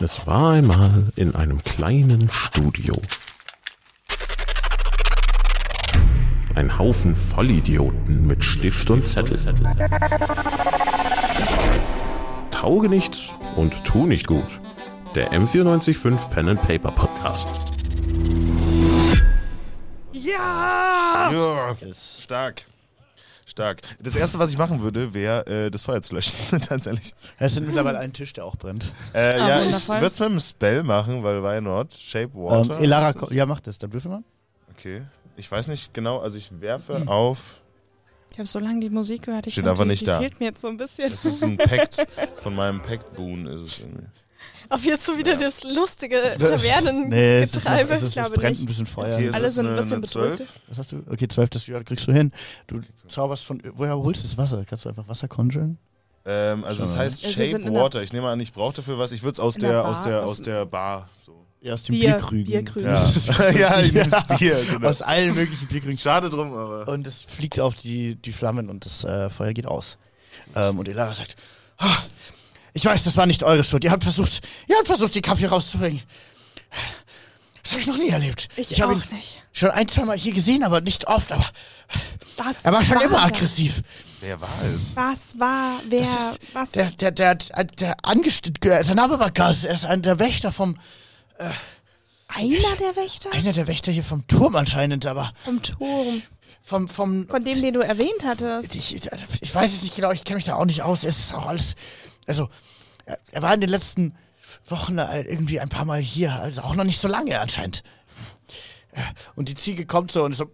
Es war einmal in einem kleinen Studio. Ein Haufen Vollidioten mit Stift und Zettel. Tauge nichts und tu nicht gut. Der M945 Pen and Paper Podcast. Ja! Ja, stark. Stark. Das erste, was ich machen würde, wäre, äh, das Feuer zu löschen, tatsächlich. Es sind mittlerweile ein Tisch, der auch brennt. Äh, Ah, ja, ich wundervoll. würde es mit einem Spell machen, weil why not? Shape Ähm, Water. Elara, Ist das- ko- ja, macht das. Dann würfel mal. Okay. Ich weiß nicht genau, also ich werfe auf. Ich habe so lange die Musik gehört, ich Steht find, aber die, nicht die da. fehlt mir jetzt so ein bisschen. Das ist ein Pact. Von meinem Pact Boon ist es irgendwie. Ob jetzt so wieder das lustige Nee, es, ist noch, Tavernengetreibe? es, ist, ich es glaube brennt ein nicht. bisschen Feuer. Also, Hier ist Alle es sind ein eine- bisschen eine bedrückt. 12. Was hast du? Okay, 12, das ja, kriegst du hin. Du zauberst von. Woher holst du das Wasser? Kannst du einfach Wasser conjuren? Ähm, also es Schau mal. heißt Wir sind Shape in der- Water. Ich nehme an, ich brauche dafür was. Ich würde es aus In der der, aus Bar? der, Aus- aus der Bar so. Ja, aus dem Bier- Bierkrügen. Bierkrügen. Ja, Das ist- ja ich nehme das Bier. Genau. Aus allen möglichen Bierkrügen. Schade drum, aber. Und es fliegt auf die, die Flammen und das äh, Feuer geht aus. Ähm, und Elara sagt, "Ah, ich weiß, das war nicht eure Schuld. Ihr habt versucht, ihr habt versucht, den Kaffee rauszubringen. Das habe ich noch nie erlebt. Ich hab auch nicht. Schon ein, zwei Mal hier gesehen, aber nicht oft. Aber Was er war schon immer das? aggressiv. Wer war es? Was war, wer, Das ist was? der, der, der, der, der Angestellte, sein Name war Gas. Er ist einer der Wächter vom, einer der Wächter? einer der Wächter hier vom Turm anscheinend, aber Vom Turm. vom, vom, Von dem, den du erwähnt hattest. ich, ich weiß es nicht genau, ich kenne mich da auch nicht aus. Es ist auch alles. Also, er, er war in den letzten Wochen äh, irgendwie ein paar Mal hier, also auch noch nicht so lange anscheinend. Äh, Und die Ziege kommt so und ist so.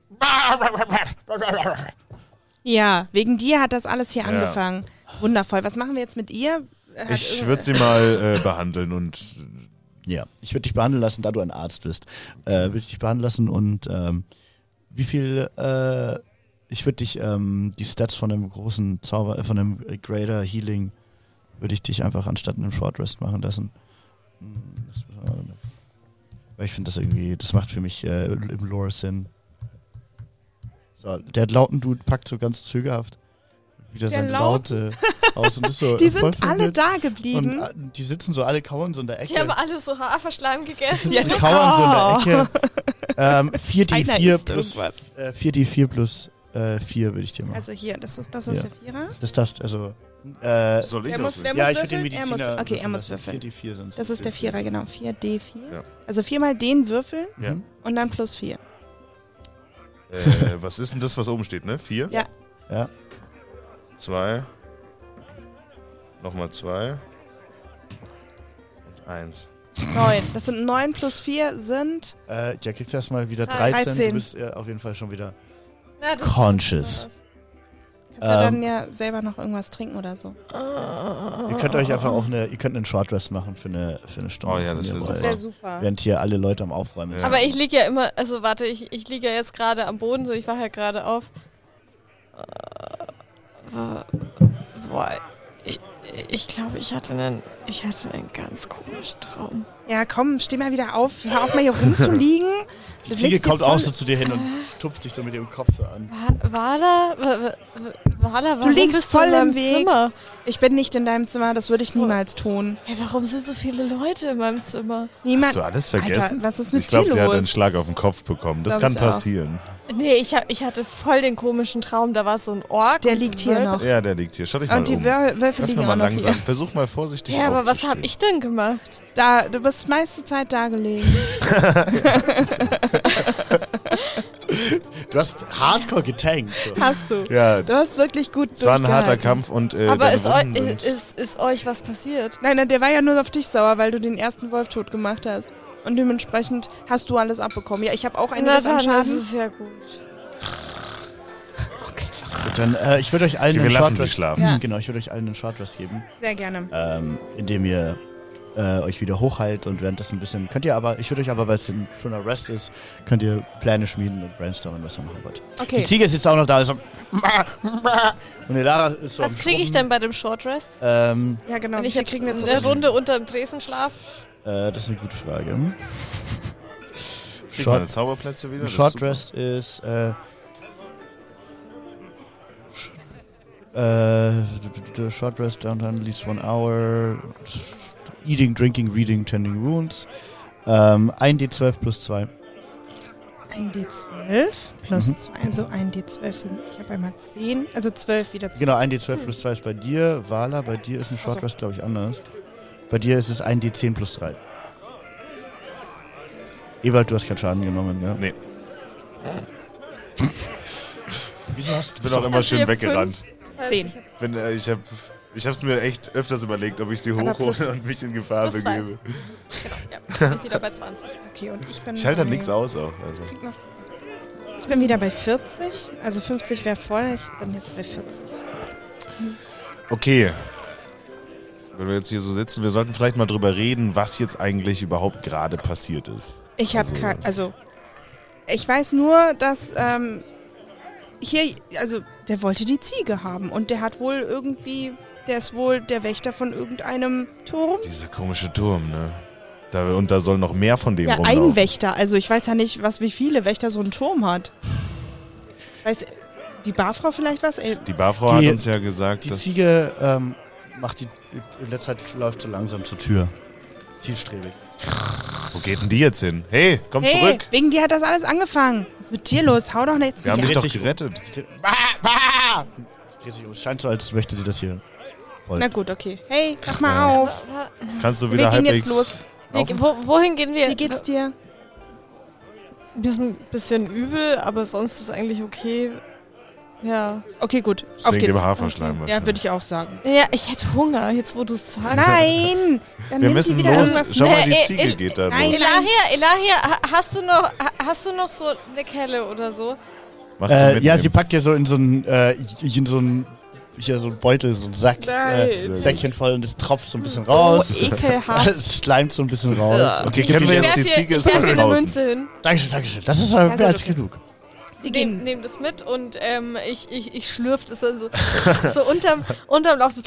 Ja, wegen dir hat das alles hier Ja. angefangen. Wundervoll. Was machen wir jetzt mit ihr? Hat- Ich würde sie mal äh, behandeln und Ja, ich würde dich behandeln lassen, da du ein Arzt bist. Äh, würde ich dich behandeln lassen und ähm, wie viel. Äh, ich würde dich ähm, die Stats von einem großen Zauber, äh, von einem äh, Greater Healing, würde ich dich einfach anstatt einem Short Rest machen lassen. Hm, Das, äh, weil ich finde das irgendwie, das macht für mich äh, im Lore Sinn. So, der lauten Dude packt so ganz zögerhaft wieder Der seine Laut- Laute aus und ist so. die voll sind alle verwirrt. da Und geblieben. äh, die sitzen so alle kauern so in der Ecke. Die haben alle so Haferschleim gegessen. Die kauern so in der Ecke. Ähm, 4D4 plus, irgendwas. äh, 4D4 plus äh, 4 würde ich dir machen. Also hier, das ist, das ist Ja. der Vierer. das darfst also. Äh, soll ich Wer muss, auswählen? wer muss ja, ich würde den würfeln? Mediziner. er muss, okay, er würfeln muss lassen. würfeln. 4D4 sind Das ist der Vierer, genau. 4D4. Ja. Also viermal den würfeln Ja. und dann plus 4. Äh, was ist denn das, was oben steht, ne? Vier? Ja. Ja. Zwei. Nochmal zwei. Und eins. 9. Das sind 9 plus 4 sind. Äh, ja, kriegst erstmal wieder Ah, 13. 13. Du bist äh, auf jeden Fall schon wieder. Na, das ist Conscious. doch Kannst du Ähm. dann ja selber noch irgendwas trinken oder so. Ihr könnt euch einfach auch eine. Ihr könnt einen Short Rest machen für eine, für eine Stunde. Oh ja, das wenn ihr wär wollt. super. Wäre super. Während hier alle Leute am Aufräumen Ja. sind. Aber ich liege ja immer, also warte, ich, ich liege ja jetzt gerade am Boden, so ich wache ja gerade auf. Äh, wa- Boah, ich, ich glaube, ich hatte einen, ich hatte einen ganz komischen Traum. Ja, komm, steh mal wieder auf. Hör auf, mal hier rumzuliegen. Die Ziege kommt auch so zu dir hin und tupft dich so mit ihrem Kopf so an. Wa- Wala, wa- wa- wa- Wala, warum liegst bist du voll in meinem im Weg. Zimmer? Ich bin nicht in deinem Zimmer, das würde ich niemals tun. Hey, warum sind so viele Leute in meinem Zimmer? Niemand. Hast du alles vergessen? Alter, was ist mit ich glaube, dir sie hat los? einen Schlag auf den Kopf bekommen. Das Glaub kann ich auch. passieren. Nee, ich, hab, ich hatte voll den komischen Traum. Da war so ein Ork. Der und so liegt ein hier Wölfe. noch. Ja, der liegt hier. Schau dich mal Und die um. Wöl- Wölfe Öffne liegen mal auch noch langsam. hier. Versuch mal vorsichtig Ja, aber was habe aufzustehen. ich denn gemacht? Da, du bist meiste Zeit da gelegen. Du hast hardcore getankt. So. Hast du. Ja, Du hast wirklich gut es war ein harter durchgehalten. Kampf und äh, aber deine ist, eu Wunden sind- ist, ist, euch was passiert? Nein, nein, der war ja nur auf dich sauer, weil du den ersten Wolf tot gemacht hast. Und dementsprechend hast du alles abbekommen. Ja, ich habe auch einiges an das Schaden. ist ja gut. Gut, dann, äh, ich würde euch allen Okay, wir einen lassen Short sie Rest schlafen. Ja. Genau, ich würde euch allen einen Short Rest geben. Sehr gerne. ähm, indem ihr äh, euch wieder hochhaltet und währenddessen ein bisschen. Könnt ihr aber, ich würde euch aber, weil es ein schöner Rest ist, könnt ihr Pläne schmieden und brainstormen, was ihr machen wollt. Die Okay. Ziege ist jetzt auch noch da. Also, und Elara ist so. Was am kriege ich Schrubben. denn bei dem Short Rest? Ähm, Ja, genau. Wenn Wie ich viel jetzt kriegen wir eine zurück? Runde unterm Tresen schlafe? äh, das ist eine gute Frage. Krieg Short- meine Zauberplätze wieder. das ist Short super. Rest ist. Äh, sh- äh, d- d- d- Short Rest downtime leaves one hour. Eating, Drinking, Reading, Tending Wounds. Ähm, 1d12 plus 2. 1d12 plus Mhm. 2, also 1d12 sind, ich habe einmal 10, also 12 wieder zu. Genau, 1d12 plus 2 ist bei dir. Vala, bei dir ist ein Short Ach so. Rest, glaube ich, anders. Bei dir ist es 1d10 plus 3. Ewald, du hast keinen Schaden genommen, ne? Nee. Wieso hast Ich bin auch immer Also schön ihr weggerannt. Zehn. Ich hab Wenn, äh, ich habe ich hab's mir echt öfters überlegt, ob ich sie Aber plus- hochhole und mich in Gefahr plus zwei. begebe. Genau, ja. Ich bin wieder bei 20. Okay, und ich bin Ich halte da bei- nichts aus auch. Also. Ich bin wieder bei 40, also 50 wäre voll, ich bin jetzt bei 40. Okay. Wenn wir jetzt hier so sitzen, wir sollten vielleicht mal drüber reden, was jetzt eigentlich überhaupt gerade passiert ist. Ich habe Also- also, also ich weiß nur, dass ähm, hier also der wollte die Ziege haben und der hat wohl irgendwie der ist wohl der Wächter von irgendeinem Turm. Dieser komische Turm, ne? Da, und da soll noch mehr von dem Ja, ein rumlaufen. Wächter. Also ich weiß ja nicht, was wie viele Wächter so ein Turm hat. Weiß die Barfrau vielleicht was? Äh, Ey, Die Barfrau Die- hat uns ja gesagt, Die dass Ziege ähm, macht die, in letzter Zeit läuft so langsam zur Tür. Zielstrebig. Wo geht denn die jetzt hin? Hey, komm hey, zurück! wegen dir hat das alles angefangen. Was ist mit dir los? Hau doch jetzt Wir haben dich nicht ab. doch Richtig. gerettet. Sie dreht- Bah, bah! Sie dreht sich um. Es Scheint so, als möchte sie das hier. Na gut, okay. Hey, mach mal auf. Wa- Kannst du Wir wieder gehen halbwegs. jetzt los. Wir, Laufen? wo, wohin gehen wir? Wie geht's dir? Mir ist ein bisschen übel, aber sonst ist eigentlich okay. Ja. Okay, gut. Das Auf wegen geht's. dem Haferschleim Ja, würde wahrscheinlich. ich auch sagen. Ja, ich hätte Hunger, jetzt wo du es sagst. Nein! Dann Wir nimmt müssen sie wieder los. irgendwas Schau mal, die Nee, äh, Ziege äh, geht da nein. los. Elahia, Elahia, ha- hast du noch, ha- hast du noch so eine Kelle oder so? Machst du Äh, mit ja, dem- sie packt ja so in so einen, äh, in so einen, hier so einen Beutel, so einen Sack, Nein. äh, Säckchen voll und es tropft so ein bisschen raus. Oh, ekelhaft. es schleimt so ein bisschen raus. Okay, kennen wir Ich jetzt die werf Ziege hier, ist ich werf hier eine draußen. Münze hin. Dankeschön, Dankeschön. Das ist aber Ja, mehr gut, als okay. genug. Wir Nehm, gehen. nehm das mit und ähm, ich, ich, ich schlürft es dann so, so unterm, unterm Lauch so.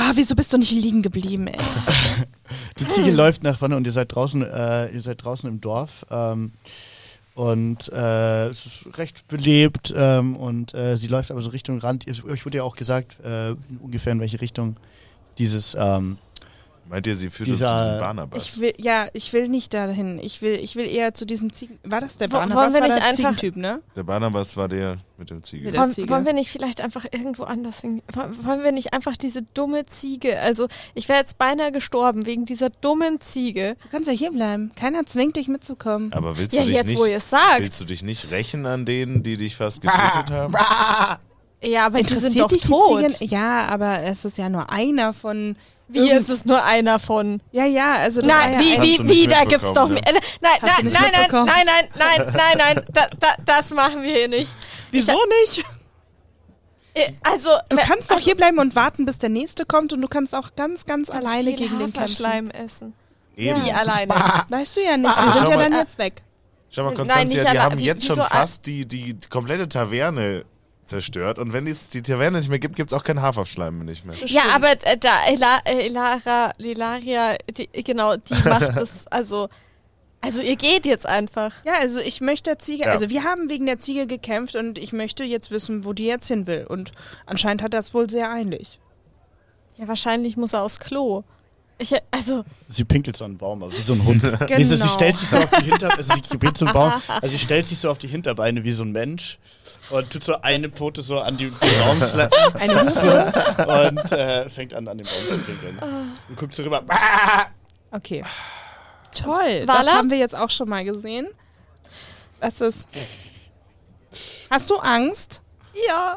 Ah, wieso bist du nicht liegen geblieben, ey? Die Ziege Hm. läuft nach vorne und ihr seid draußen, äh, ihr seid draußen im Dorf. Ähm, und äh, es ist recht belebt ähm, und äh, sie läuft aber so Richtung Rand. Ihr- Euch wurde ja auch gesagt, äh, ungefähr in welche Richtung dieses ähm, Meint ihr, sie führt uns zu Dieser- diesem Ich Barnabas? will, ja, ich will nicht dahin. Ich will, ich will eher zu diesem Ziegen. War das der Wo- Barnabas? wollen wir war nicht der einfach- Ziegentyp, ne? Der Barnabas war der mit der Ziege. Mit der Wollen, Ziege. wollen wir nicht vielleicht einfach irgendwo anders hin? Wollen wollen wir nicht einfach diese dumme Ziege? Also, ich wäre jetzt beinahe gestorben wegen dieser dummen Ziege. Du kannst ja hier bleiben. Keiner zwingt dich mitzukommen. Aber willst Ja, du dich jetzt nicht, wo ihr es sagt. willst du dich nicht rächen an denen, die dich fast getötet haben? Ja, aber die sind Interessiert doch dich die tot. Ziegen? Ja, aber es ist ja nur einer von. Wie ist es nur einer von? Ja, ja, also. das war Nein, ja wie, ein- Hast du wie, nicht wie, da gibt's doch mitbekommen, mehr. Äh, Nein, Hast du nein, nicht nein, nein, mitbekommen? nein, nein, nein, nein, nein, da, da, das machen wir hier nicht. Wieso nicht? Äh, Also, Du kannst doch also, hier bleiben und warten, bis der nächste kommt und du kannst auch ganz, ganz ganz alleine viel gegen den kämpfen. Haferschleim essen. Eben. Wie alleine. Weißt du ja nicht. Wir sind Ah, Schau ja mal. dann jetzt weg. Schau mal, Nein, Konstanzia, nicht die alle- haben wie- jetzt wieso schon all- fast die, die komplette Taverne zerstört. Und wenn es die Taverne nicht mehr gibt, gibt es auch keinen Haferschleim nicht mehr. Ja, aber äh, da Ela, äh, Elara, Lilaria, die, genau, die macht das. Also, also ihr geht jetzt einfach. Ja, also ich möchte der Ziege, Ja. also wir haben wegen der Ziege gekämpft und ich möchte jetzt wissen, wo die jetzt hin will. Und anscheinend hat das wohl sehr eilig. Ja, wahrscheinlich muss er aufs Klo. Ich, äh, also, Sie pinkelt so an den Baum, aber wie so ein Hund. Nee, so, sie Genau. stellt sich so auf die Hinterbeine, also sie geht zum Baum, also sie stellt sich so auf die Hinterbeine wie so ein Mensch und tut so eine Pfote so an die den Baum slappen Eine Hufe? und äh, fängt an, an den Baum zu pinkeln. Und guckt so rüber. Ah! Okay. Toll. Das Wala? haben wir jetzt auch schon mal gesehen. Was ist. Hast du Angst? ja,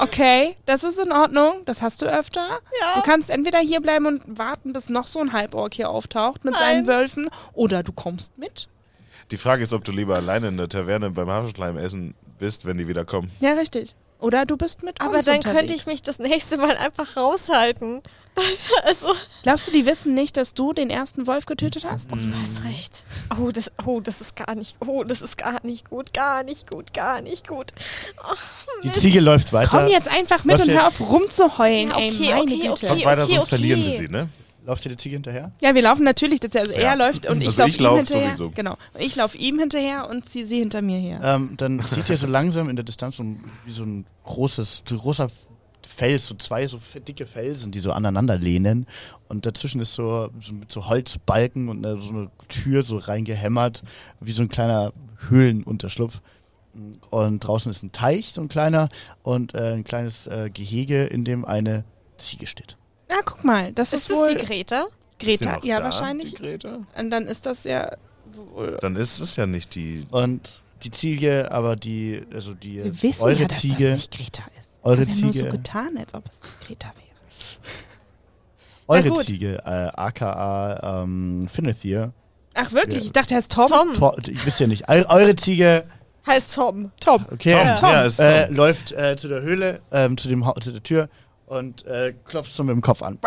Okay, das ist in Ordnung. Das hast du öfter. Ja. Du kannst entweder hier bleiben und warten, bis noch so ein Halborg hier auftaucht mit seinen Nein. Wölfen. Oder du kommst mit. Die Frage ist, ob du lieber alleine in der Taverne beim Haferschleim essen bist, wenn die wieder kommen. Ja, richtig. Oder du bist mit aber uns dann unterwegs. könnte ich mich das nächste Mal einfach raushalten. Das, also, Glaubst du, die wissen nicht, dass du den ersten Wolf getötet hast? du hast recht. Oh das, oh, das ist gar nicht, oh, das ist gar nicht gut, gar nicht gut, gar nicht gut. Oh, Die Ziege läuft weiter. Komm jetzt einfach mit Läuft und ja- hör auf rumzuheulen, Ja, ey, okay, meine okay, Güte. Kommt Okay, weiter, okay, sonst verlieren okay. wir sie, ne? Läuft dir die Ziege hinterher? Ja, wir laufen natürlich, das- also Ja. er läuft und ich Also laufe ich ihm lauf hinterher. sowieso. Genau. Ich laufe ihm hinterher und sie sie hinter mir her. Ähm, dann sieht ihr so langsam in der Distanz so ein, wie so ein großes, so ein großer Fels, so zwei so fe- dicke Felsen, die so aneinander lehnen. Und dazwischen ist so, so mit so Holzbalken und einer- so eine Tür so reingehämmert, wie so ein kleiner Höhlenunterschlupf. Und draußen ist ein Teich, so ein kleiner, und äh, ein kleines äh, Gehege, in dem eine Ziege steht. Na, guck mal, das ist, Ist das wohl die Greta? Ist sie Greta. noch Ja, da, Die wahrscheinlich. Grete? Und dann ist das ja wohl. Dann ist es ja nicht die. Und die Ziege, aber die, also die, Wir wissen eure ja, dass Ziege, das nicht Greta ist. eure Wir haben nur Ziege. so getan, als ob es Greta wäre. eure Na gut. Ziege, äh, aka ähm, Finethir, Ach wirklich? Ja. Ich dachte, er ist Tom. Tom. Tor- ich wisst ja nicht, eu- eure Ziege, Heißt Tom. Tom. okay, Tom, ja, ist Tom. Äh, läuft äh, zu der Höhle, ähm, zu, dem, Hau- zu der Tür und äh, klopft so mit dem Kopf an.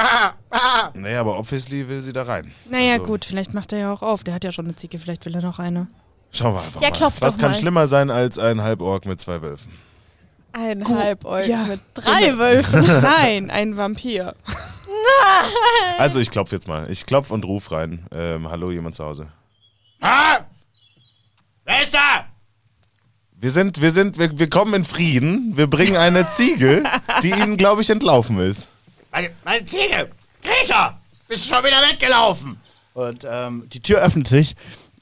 Naja, aber obviously will sie da rein. Naja, Also- gut, vielleicht macht er ja auch auf. Der hat ja schon eine Ziege, vielleicht will er noch eine. Schauen wir einfach Ja, mal. klopf Was doch kann mal. schlimmer sein als ein Halborg mit zwei Wölfen? Ein Gut. Halbäug Ja. mit drei Wölfen. Nein, ein Vampir. Also ich klopf jetzt mal. Ich klopf und ruf rein. Ähm, hallo, jemand zu Hause. Wer ist da? Wir sind, wir sind, wir, wir kommen in Frieden. Wir bringen eine Ziege, die ihnen, glaube ich, entlaufen ist. Meine, meine Ziege! Greta! Bist du schon wieder weggelaufen? Und ähm, die Tür öffnet sich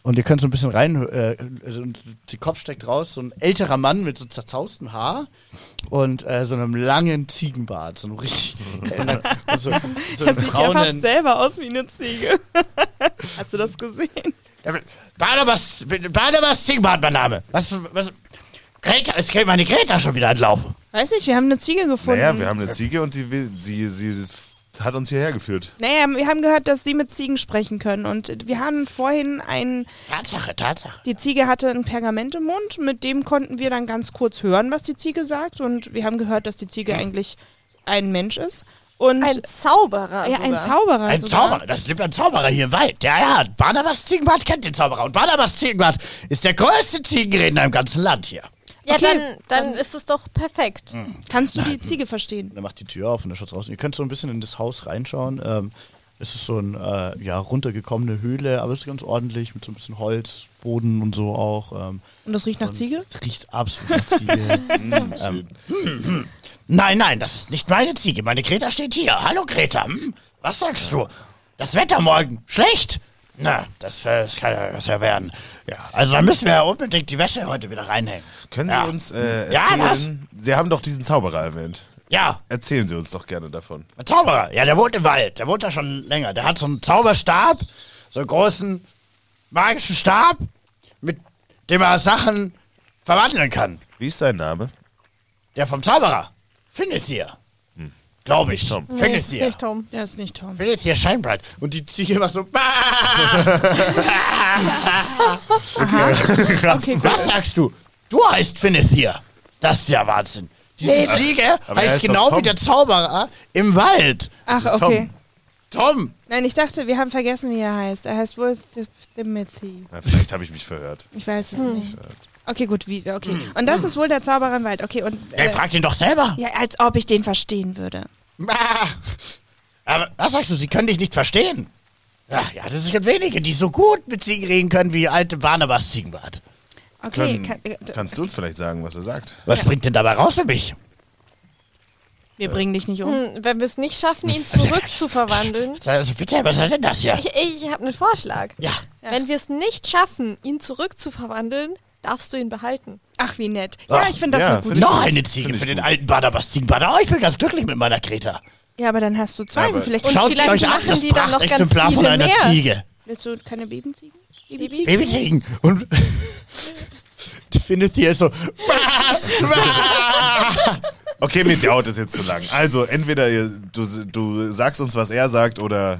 und ihr könnt so ein bisschen rein, äh, also der Kopf steckt raus, so ein älterer Mann mit so zerzaustem Haar und äh, so einem langen Ziegenbart, so einem richtig, und so, so einem Das sieht ja fast braunen, selber aus wie eine Ziege. Hast du das gesehen? Barnabas, Barnabas Ziegenbart, mein Name. Was, was? Greta, es geht meine Greta schon wieder entlaufen. Weiß nicht, wir haben eine Ziege gefunden. Naja, wir haben eine Ziege und die will, sie, sie, sie f- hat uns hierher geführt. Naja, wir haben gehört, dass sie mit Ziegen sprechen können. Und wir haben vorhin einen. Tatsache, Tatsache. Die Ziege hatte ein Pergament im Mund, mit dem konnten wir dann ganz kurz hören, was die Ziege sagt. Und wir haben gehört, dass die Ziege eigentlich ein Mensch ist. Und Hm. Ein Zauberer. ja, ein sogar. Zauberer. Ein sogar. Zauberer, das lebt ein Zauberer hier im Wald. Ja, ja, Barnabas Ziegenbart kennt den Zauberer. Und Barnabas Ziegenbart ist der größte Ziegenredner im ganzen Land hier. Ja, Okay, dann, dann ist es doch perfekt. Kannst du die Ziege verstehen? Und er macht die Tür auf und der Schutz raus. Und ihr könnt so ein bisschen in das Haus reinschauen. Ähm, es ist so ein äh, ja, runtergekommene Höhle, aber es ist ganz ordentlich mit so ein bisschen Holz, Boden und so auch. Ähm, Und das riecht nach und Ziege? Es riecht absolut nach Ziege. ähm, Nein, nein, das ist nicht meine Ziege. Meine Greta steht hier. Hallo, Greta. Hm? Was sagst du? Das Wetter morgen schlecht? Na, das, äh, das kann ja- das ja werden. Ja, also da müssen wir ja unbedingt die Wäsche heute wieder reinhängen. Können Sie ja. uns äh, Ja, was? erzählen? Sie haben doch diesen Zauberer erwähnt. Ja, Erzählen Sie uns doch gerne davon. ein Zauberer. Ja, der wohnt im Wald. Der wohnt da schon länger. Der hat so einen Zauberstab, so einen großen magischen Stab, mit dem er Sachen verwandeln kann. Wie ist sein Name? Der vom Zauberer. Findet ihr. Glaube ich. Hm. Tom. Nee, Findet ihr. nicht Tom. Der ist nicht Tom. Bin jetzt hier scheinbreit. Und die Ziege immer so. okay. Was sagst du? Du heißt Finethir. Das ist ja Wahnsinn. Diese Ziege aber er heißt heißt doch genau Tom. wie der Zauberer im Wald. Ach, oh. ist Tom. okay. Tom. Nein, ich dachte, wir haben vergessen, wie er heißt. Er heißt wohl Th- Timothy. Na, vielleicht habe ich mich verhört. Ich weiß es Hm. nicht. Okay, gut, wie, okay. Und das ist wohl der Zauberer im Wald. Okay, und. Ey, Äh, frag ihn doch selber. ja, als ob ich den verstehen würde. Aber was sagst du? Sie können dich nicht verstehen. Ja, ja, das sind wenige, die so gut mit Ziegen reden können wie alte Barnabas-Ziegenbart. Okay, Können, kann, äh, d- kannst du uns vielleicht sagen, was er sagt? Was springt denn dabei raus für mich? wir bringen dich nicht um. Hm, Wenn wir es nicht schaffen, ihn zurückzuverwandeln. Also bitte, was soll denn das hier? Ich, ich habe einen Vorschlag. Ja. Wenn wir es nicht schaffen, ihn zurückzuverwandeln, darfst du ihn behalten. Ach, wie nett. Ja, ich finde das ja, eine gute find ich Noch gut. eine Ziege Find ich für den gut. alten Barnabas Ziegenbader. Oh, ich bin ganz glücklich mit meiner Greta. Ja, aber dann hast du zwei. Aber- vielleicht Und Schaut sie vielleicht euch an, machen das die dann noch ganz Prachtexemplar von viele einer mehr. Ziege. willst du keine Babyziegen? Hm. Baby? Babyziegen. und die findet ihr so. Okay, mit dir haut ist jetzt zu lang. Also, entweder ihr, du, du sagst uns, was er sagt, oder.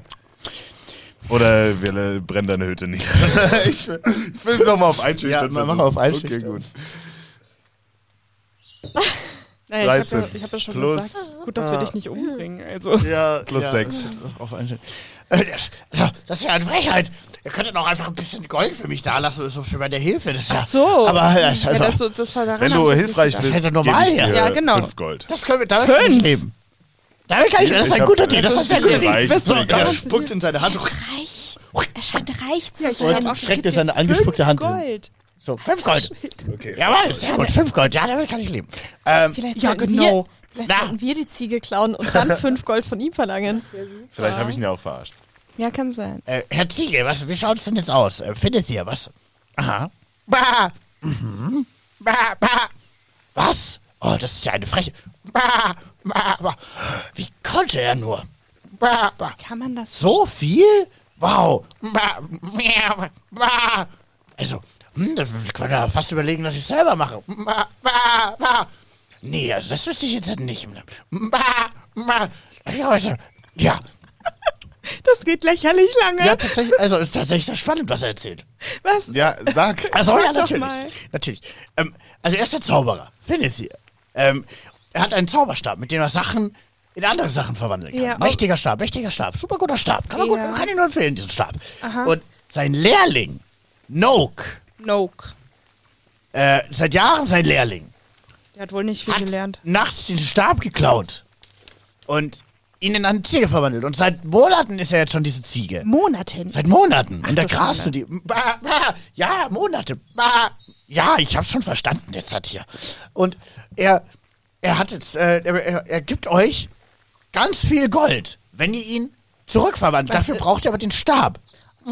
Oder wir äh, brennen deine Hütte nieder. ich will, ich will nochmal auf Einschüchtern. Ja, mach versuchen. auf Einschüchtern. Okay, gut. Naja, ich 13 habe ja, ich hab ja schon plus- gesagt, gut, dass wir dich nicht umbringen. Also. Ja, Plus ja, sechs. Auf einen- Äh, Das ist ja eine Frechheit. Ihr könntet auch einfach ein bisschen Gold für mich da lassen, so für meine Hilfe. Das ist ja, Ach so. Aber äh, das, ist Ja, einfach- das, so- das war daran Wenn hab du ich nicht hilfreich gedacht. bist, hätte gebe normal ich hier. dir Ja, genau. fünf Gold. das können wir damit kann ich leben. Damit kann ich, das ist Ich ein hab- guter Deal. Das das ist ein guter ist Deal. reich, So, ist egal. ja. Spuckt in seine Hand. Reich. Er scheint reich zu Ja, sein. ich hab auch Schreckt gesagt, dir seine fünf angespuckte Hand hin. Gold. Oh, So, fünf Gold. Jawohl, sehr gut. Fünf Gold. Ja, damit kann ich leben. Ähm, Vielleicht Ja, sollten genau. wir Vielleicht sollten wir die Ziege klauen und dann fünf Gold von ihm verlangen. Vielleicht habe ich ihn ja auch verarscht. Ja, kann sein. Äh, Herr Ziegel, was, wie schaut's denn jetzt aus? Äh, findet ihr was? Aha. Bah! Mhm. Bah, bah! Was? Oh, das ist ja eine Freche. Bah, bah, bah. Wie konnte er nur? Bah, bah. Kann man das? So viel? Wow. Bah, miau, bah. Also, hm, das ich kann ja fast überlegen, dass ich selber mache. Bah, bah, bah. Nee, also das wüsste ich jetzt nicht. Bah, bah. Also, Ja, Das geht lächerlich lange. ja, tatsächlich, also ist tatsächlich sehr spannend, was er erzählt. Was? Ja, sag. Also ja, Sag doch natürlich. mal. Natürlich. Ähm, also er ist der Zauberer, findet sie. Ähm, er hat einen Zauberstab, mit dem er Sachen in andere Sachen verwandeln kann. Ja, auch- mächtiger Stab, mächtiger Stab, super guter Stab. Kann man Ja. gut, kann ich nur empfehlen, diesen Stab. Und sein Lehrling, Noke, Noke. äh, seit Jahren sein Lehrling, Der hat wohl nicht viel hat gelernt. nachts diesen Stab geklaut und ihn in eine Ziege verwandelt. Und seit Monaten ist er jetzt schon diese Ziege. Monaten. Seit Monaten. und da du grast du die. Bah, bah, ja, Monate. Bah, ja, ich hab's schon verstanden jetzt hat hier. Und er, er hat jetzt, äh, er, er- er gibt euch ganz viel Gold, wenn ihr ihn zurückverwandt. Dafür braucht ihr aber den Stab.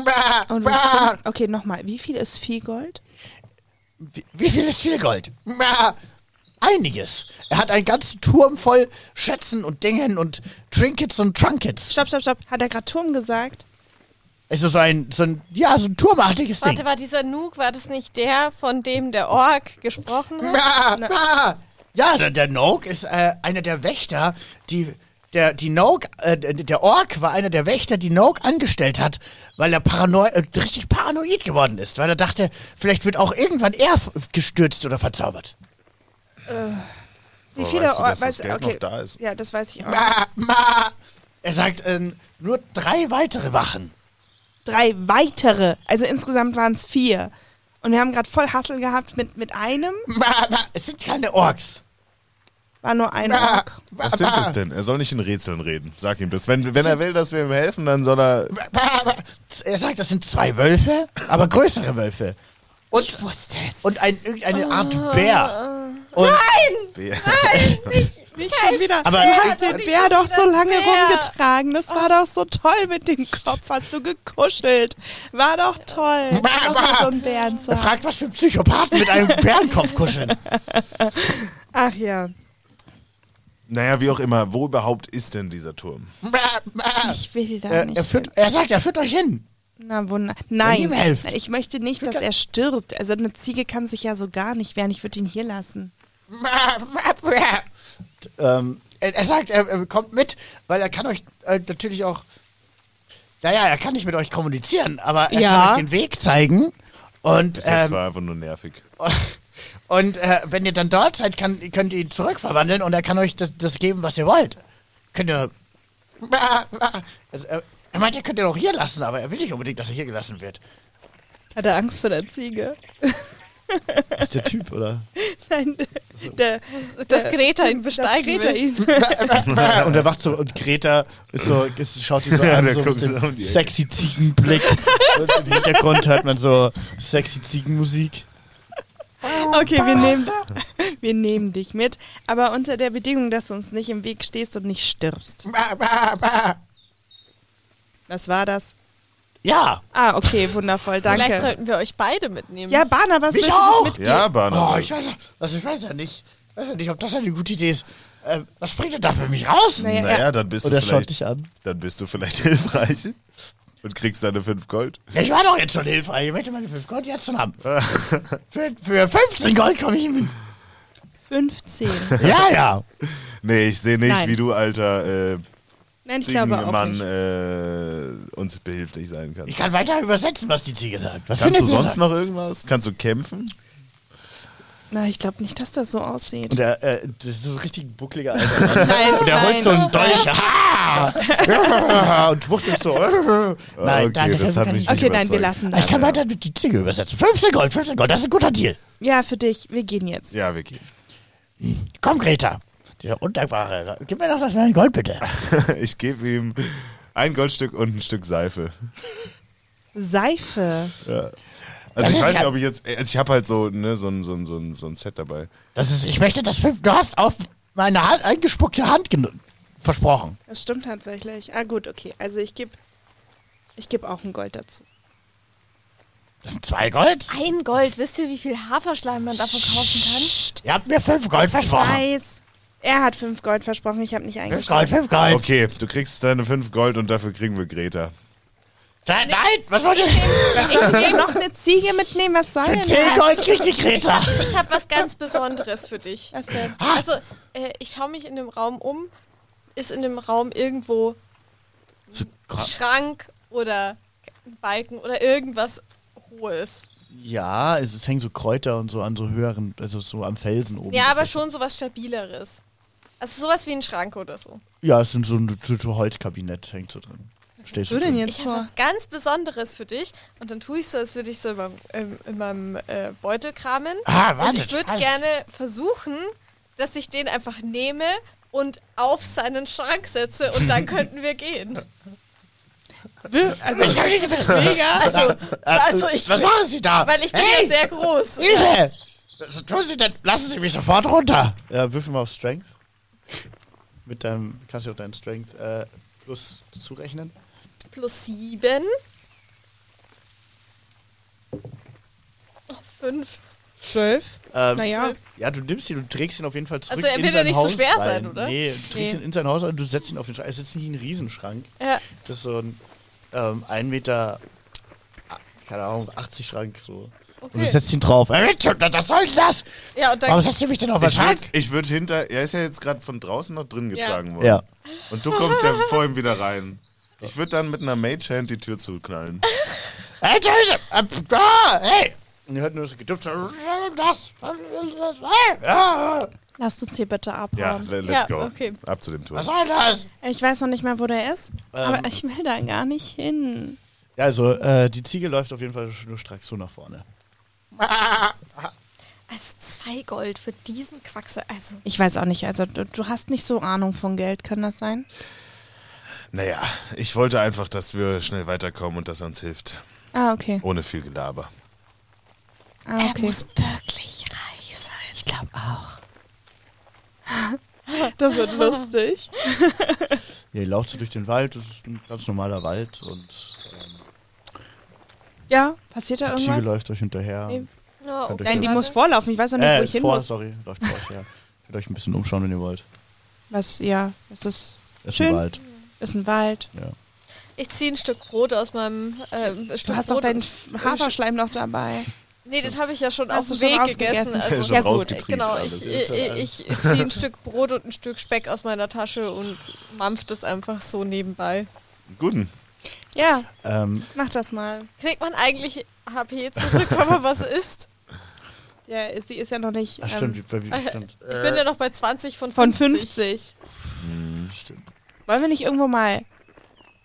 Bah, Und bah. okay, nochmal. Wie viel ist viel Gold? Wie, wie viel ist viel Gold? Bah, einiges. Er hat einen ganzen Turm voll Schätzen und Dingen und Trinkets und Trunkets. Stopp, stopp, stopp. Hat er gerade Turm gesagt? Also so ein, so ein, ja, so ein turmartiges Ding. Warte, war dieser Nuke, war das nicht der, von dem der Ork gesprochen hat? Ah, ah. Ja, der, der Noke ist äh, einer der Wächter, die der die Noke, äh, der Ork war einer der Wächter, die Noke angestellt hat, weil er paranoi äh, richtig paranoid geworden ist, weil er dachte, vielleicht wird auch irgendwann er f- gestürzt oder verzaubert. Wie Woher viele weißt du, Or- dass das weißt- Geld okay. noch da ist? Ja, das weiß ich auch. Ma, ma. Er sagt ähm, nur drei weitere Wachen. Drei weitere. Also insgesamt waren es vier. Und wir haben gerade voll Hassel gehabt mit, mit einem. Ma, ma. Es sind keine Orks. War nur ein Ma, Ork. ma, Was sind ma. es denn? Er soll nicht in Rätseln reden. Sag ihm das. Wenn, wenn er will, dass wir ihm helfen, dann soll er. Ma, ma. Er sagt, das sind zwei Wölfe, aber größere Wölfe. Und Ich wusste es. Oh. und ein, irgendeine Art Bär. Und, Nicht schon wieder. Aber- du hast den Bär doch so lange Bär. rumgetragen. Das war doch so toll mit dem Kopf. Hast du gekuschelt. War doch toll. War doch mal so ein Bären zu er haben. fragt, was für Psychopathen mit einem Bärenkopf kuscheln. Ach ja. Naja, wie auch immer, wo überhaupt ist denn dieser Turm? Ich will da Äh, Er, nicht. er, führt, er sagt, er führt euch hin. Na wunder. ihm Nein, helft. ich möchte nicht, dass er stirbt. Also eine Ziege kann sich ja so gar nicht wehren. Ich würde ihn hier lassen. Ähm, er, er sagt, er, er kommt mit, weil er kann euch äh, natürlich auch. Naja, er kann nicht mit euch kommunizieren, aber er Ja. kann euch den Weg zeigen. Und, Bis jetzt ähm, war einfach nur nervig. und äh, wenn ihr dann dort seid, kann, könnt ihr ihn zurückverwandeln und er kann euch das, das geben, was ihr wollt. Könnt ihr. Also, äh, er meint, ihr könnt ihn auch hier lassen, aber er will nicht unbedingt, dass er hier gelassen wird. Hat er Angst vor der Ziege? Der Typ, oder? Nein, Also, der, Äh, Dass Greta ihn besteigen Greta will. ihn. und er wacht so und Greta ist so, ist, schaut die so Ja, an, der so guckt mit so um dem die Ecke. sexy Ziegenblick. und im Hintergrund hört man so sexy Ziegenmusik. Okay, wir nehmen, wir nehmen dich mit, aber unter der Bedingung, dass du uns nicht im Weg stehst und nicht stirbst. Was war das? Ja. Ah, okay, wundervoll, Vielleicht danke. sollten wir euch beide mitnehmen. Ja, Bana, was Mich willst du auch! mit? Ja, Barnabas. Oh, ich weiß, also ich weiß ja nicht. Ich weiß ja nicht, ob das eine gute Idee ist. Äh, was springt denn da für mich raus? Naja, naja, ja. dann bist Oder du schaut vielleicht. dich an. Dann bist du vielleicht hilfreich und kriegst deine 5 Gold. Ja, ich war doch jetzt schon hilfreich. Ich möchte meine 5 Gold jetzt schon haben. für, für 15 Gold komme ich mit. 15. Ja, ja. Nee, ich sehe nicht, Nein. wie du, alter äh, Nein, ich glaube auch Ziegenmann, nicht. äh, uns behilflich sein Ich kannst. kann weiter übersetzen, was die Ziege sagt. Was Kannst findet du ihr sonst da? noch irgendwas? Kannst du kämpfen? Na, ich glaube nicht, dass das so aussieht. Und er, äh, das ist so ein richtig buckliger Alter. Nein, Und er holt so einen Dolch ah! und wuchtet so. Nein, Ah, okay, nein, ich das kann hat mich nicht. nicht Okay, nein, wir überzeugt. lassen Ich das. kann weiter mit die Ziege übersetzen. 15 Gold, 15 Gold, das ist ein guter Deal. Ja, für dich. Wir gehen jetzt. Ja, wir gehen. Komm, Greta. Dieser Undankbare. Gib mir doch das neue Gold, bitte. Ich gebe ihm ein Goldstück und ein Stück Seife. Seife. Also Das ich ist weiß nicht, ja- ob ich jetzt. Also ich habe halt so, ne, so ein, so ein, so ein, so ein Set dabei. Das ist, ich möchte das fünf. Du hast auf meine Hand, eingespuckte Hand genu- versprochen. Das stimmt tatsächlich. Ah, gut, okay. Also ich gebe ich geb auch ein Gold dazu. Das sind zwei Gold? Ein Gold. Wisst ihr, wie viel Haferschleim man davon kaufen kann? Ihr habt mir fünf Gold versprochen. Weiß. Er hat fünf Gold versprochen, ich habe nicht Fünf eingeschlagen. Gold, fünf Gold. Okay, du kriegst deine 5 Gold und dafür kriegen wir Greta. Nein, nein, was wollt ihr? Ich will noch eine ne Ziege mitnehmen, was soll denn das? Zehn Gold kriegt die Ich Greta. habe hab was ganz Besonderes für dich. Was denn? Also, äh, ich schaue mich in dem Raum um. Ist in dem Raum irgendwo ein Schrank oder ein Balken oder irgendwas Hohes? Ja, es, es hängen so Kräuter und so an so höheren, also so am Felsen oben. Ja, aber schon sowas Stabileres. Also sowas wie ein Schrank oder so. Ja, es sind so ein so, so Holzkabinett, hängt so drin. Stehst du denn drin. jetzt Ich habe vor? was ganz Besonderes für dich und dann tue ich so, als würde ich so in meinem, ähm, in meinem äh, Beutel kramen. Ah, und warte. ich würde gerne versuchen, dass ich den einfach nehme und auf seinen Schrank setze und dann könnten wir gehen. Also, Mega! Also, also ich- was machen Sie da? Weil ich bin hey, ja sehr groß. Hilfe! Was tun Sie denn? Lassen Sie mich sofort runter. Ja, würfel mal auf Strength. Mit deinem, kannst du auch deinen Strength äh, plus zurechnen. Plus sieben. Oh, Fünf. zwölf? Ähm, Naja. Ja, du nimmst ihn und trägst ihn auf jeden Fall zurück. Also er in will ja sein nicht so Haus schwer rein. sein, oder? Nee, du trägst Nee. ihn in sein Haus und du setzt ihn auf den Schrank. Es ist nicht ein Riesenschrank. Ja. Das ist so ein ähm, 1 Meter, ah, keine Ahnung, 80 Schrank so. Und du Okay. setzt ihn drauf. Äh, Richard, Was soll denn das? Ja, und Warum dann setzt ihr mich denn auf den Ich würde Schrank? ich würd hinter. Er ist ja jetzt gerade von draußen nach drin getragen worden. Ja. Und du kommst ja vor ihm wieder rein. Ich würde dann mit einer Mage-Hand die Tür zuknallen. Hey, Töse! äh, Ah, hey! Und ihr hört nur so gedupft. Was soll denn das? Was soll denn das? Hey, ah, Lasst uns hier bitte Ja, abhauen. le- let's Ja, go. okay. Ab zu dem Tor. Was soll denn das? Ich weiß noch nicht mal, wo der ist, aber ich will da gar nicht hin. Ja, also äh, die Ziege läuft auf jeden Fall nur stracks so nach vorne. also zwei Gold für diesen Quackse. Also Ich weiß auch nicht, also du, du hast nicht so Ahnung von Geld, kann das sein? Naja, ich wollte einfach, dass wir schnell weiterkommen und dass er uns hilft. Ah, okay. Ohne viel Gelaber. Ah, er okay. muss wirklich reich sein. Ich glaube auch. Das wird lustig. Ja, ihr lauft so durch den Wald, das ist ein ganz normaler Wald und Ja, passiert da die Ziege irgendwas? läuft euch hinterher. Nee. Oh, okay. Nein, die muss vorlaufen, ich weiß auch nicht, wo Äh, ich hin vor, muss. sorry, läuft vor euch her. Könnt euch ein bisschen umschauen, wenn ihr wollt. Was, ja, es ist, Es ist Schön. ein Wald. ist ein Wald. Ich ziehe ein Stück Brot aus meinem ähm, Stück Du hast doch Brot deinen und- Haferschleim noch dabei. Nee, den habe ich ja schon Hast auf dem du schon Weg aufgegessen? gegessen. Der ist Also, schon Ja, gut, rausgetrieben genau, alles. ich, ich, ich ziehe ein Stück Brot und ein Stück Speck aus meiner Tasche und mampf das einfach so nebenbei. Guten. Ja, Ähm, mach das mal. Kriegt man eigentlich HP zurück, wenn man was isst? Ja, sie ist ja noch nicht ach, ähm, stimmt, wie- wie- stimmt. Ich bin ja noch bei 20 von 50. von 50. stimmt. Wollen wir nicht irgendwo mal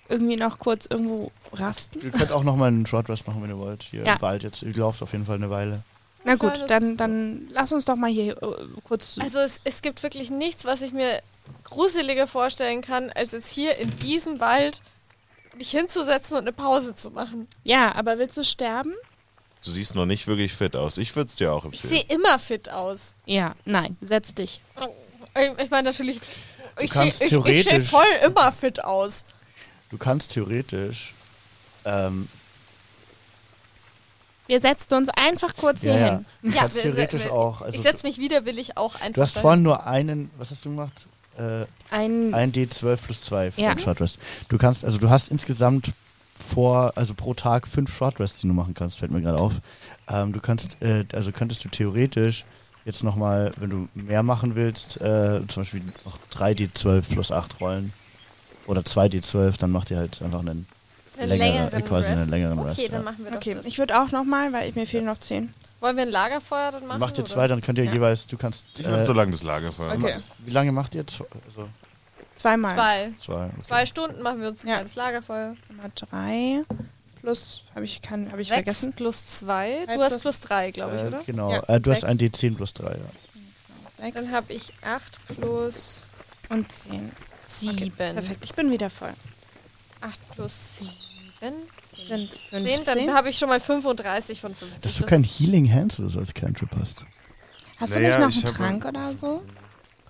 irgendwie noch kurz irgendwo rasten? Ihr könnt auch nochmal einen Short Rest machen, wenn ihr wollt. Hier Ja. im Wald jetzt. Ihr lauft auf jeden Fall eine Weile. Na Ich gut, weiß. dann, dann lass uns doch mal hier äh, kurz. Also es, es gibt wirklich nichts, was ich mir gruseliger vorstellen kann, als jetzt hier in diesem Wald mich hinzusetzen und eine Pause zu machen. ja, aber willst du sterben? Du siehst noch nicht wirklich fit aus. Ich würde es dir auch Ich empfehlen. sehe immer fit aus. Ja, nein, setz dich. Ich- Ich meine natürlich, ich sehe ich, kannst ich seh theoretisch- voll immer fit aus. Du kannst theoretisch. Ähm, Wir setzen uns einfach kurz ja, hier ja. hin. Du kannst wir- theoretisch wir- auch. ich Also, setze mich widerwillig auch einfach. du hast dahin. vorhin nur einen. Was hast du gemacht? Äh, Ein, ein D12 plus 2 für Ja. den Short Rest. Du kannst, also du hast insgesamt vor, also pro Tag fünf Short Rests, die du machen kannst, fällt mir gerade auf. Ähm, du kannst, äh, also könntest du theoretisch jetzt nochmal, wenn du mehr machen willst, äh, zum Beispiel noch 3 D12 plus 8 rollen. Oder 2 D12, dann macht ihr halt einfach einen Einen längere- längeren äh, quasi einen Rest. längeren okay, Rest, dann ja. machen wir doch okay, das. ich würde auch noch mal, weil mir fehlen noch 10. Wollen wir ein Lagerfeuer dann machen? Macht ihr oder? zwei, dann könnt ihr jeweils, du kannst. Ich würde Äh, so lange das Lagerfeuer Okay. Wie lange macht ihr? Zwei- Also, Zweimal. Zwei. zwei. Zwei Stunden machen wir uns ein Ja. kleines Lagerfeuer. Nummer drei plus, habe ich, kann, hab ich Sechs vergessen? plus zwei. Drei Du hast plus- plus drei, glaube ich, Äh, oder? genau, Ja, äh, du hast sechs. ein D10 plus 3. Ja. Sechs Dann habe ich acht plus und zehn. Okay, sieben. perfekt, ich bin wieder voll. Acht plus sieben. Sind Zehn, 15. dann habe ich schon mal 35 von 50. Dass du Das kein ist- Healing Hands oder so als Cantrip hast. Hast Naja, du ich nicht noch hab- einen Trank oder so?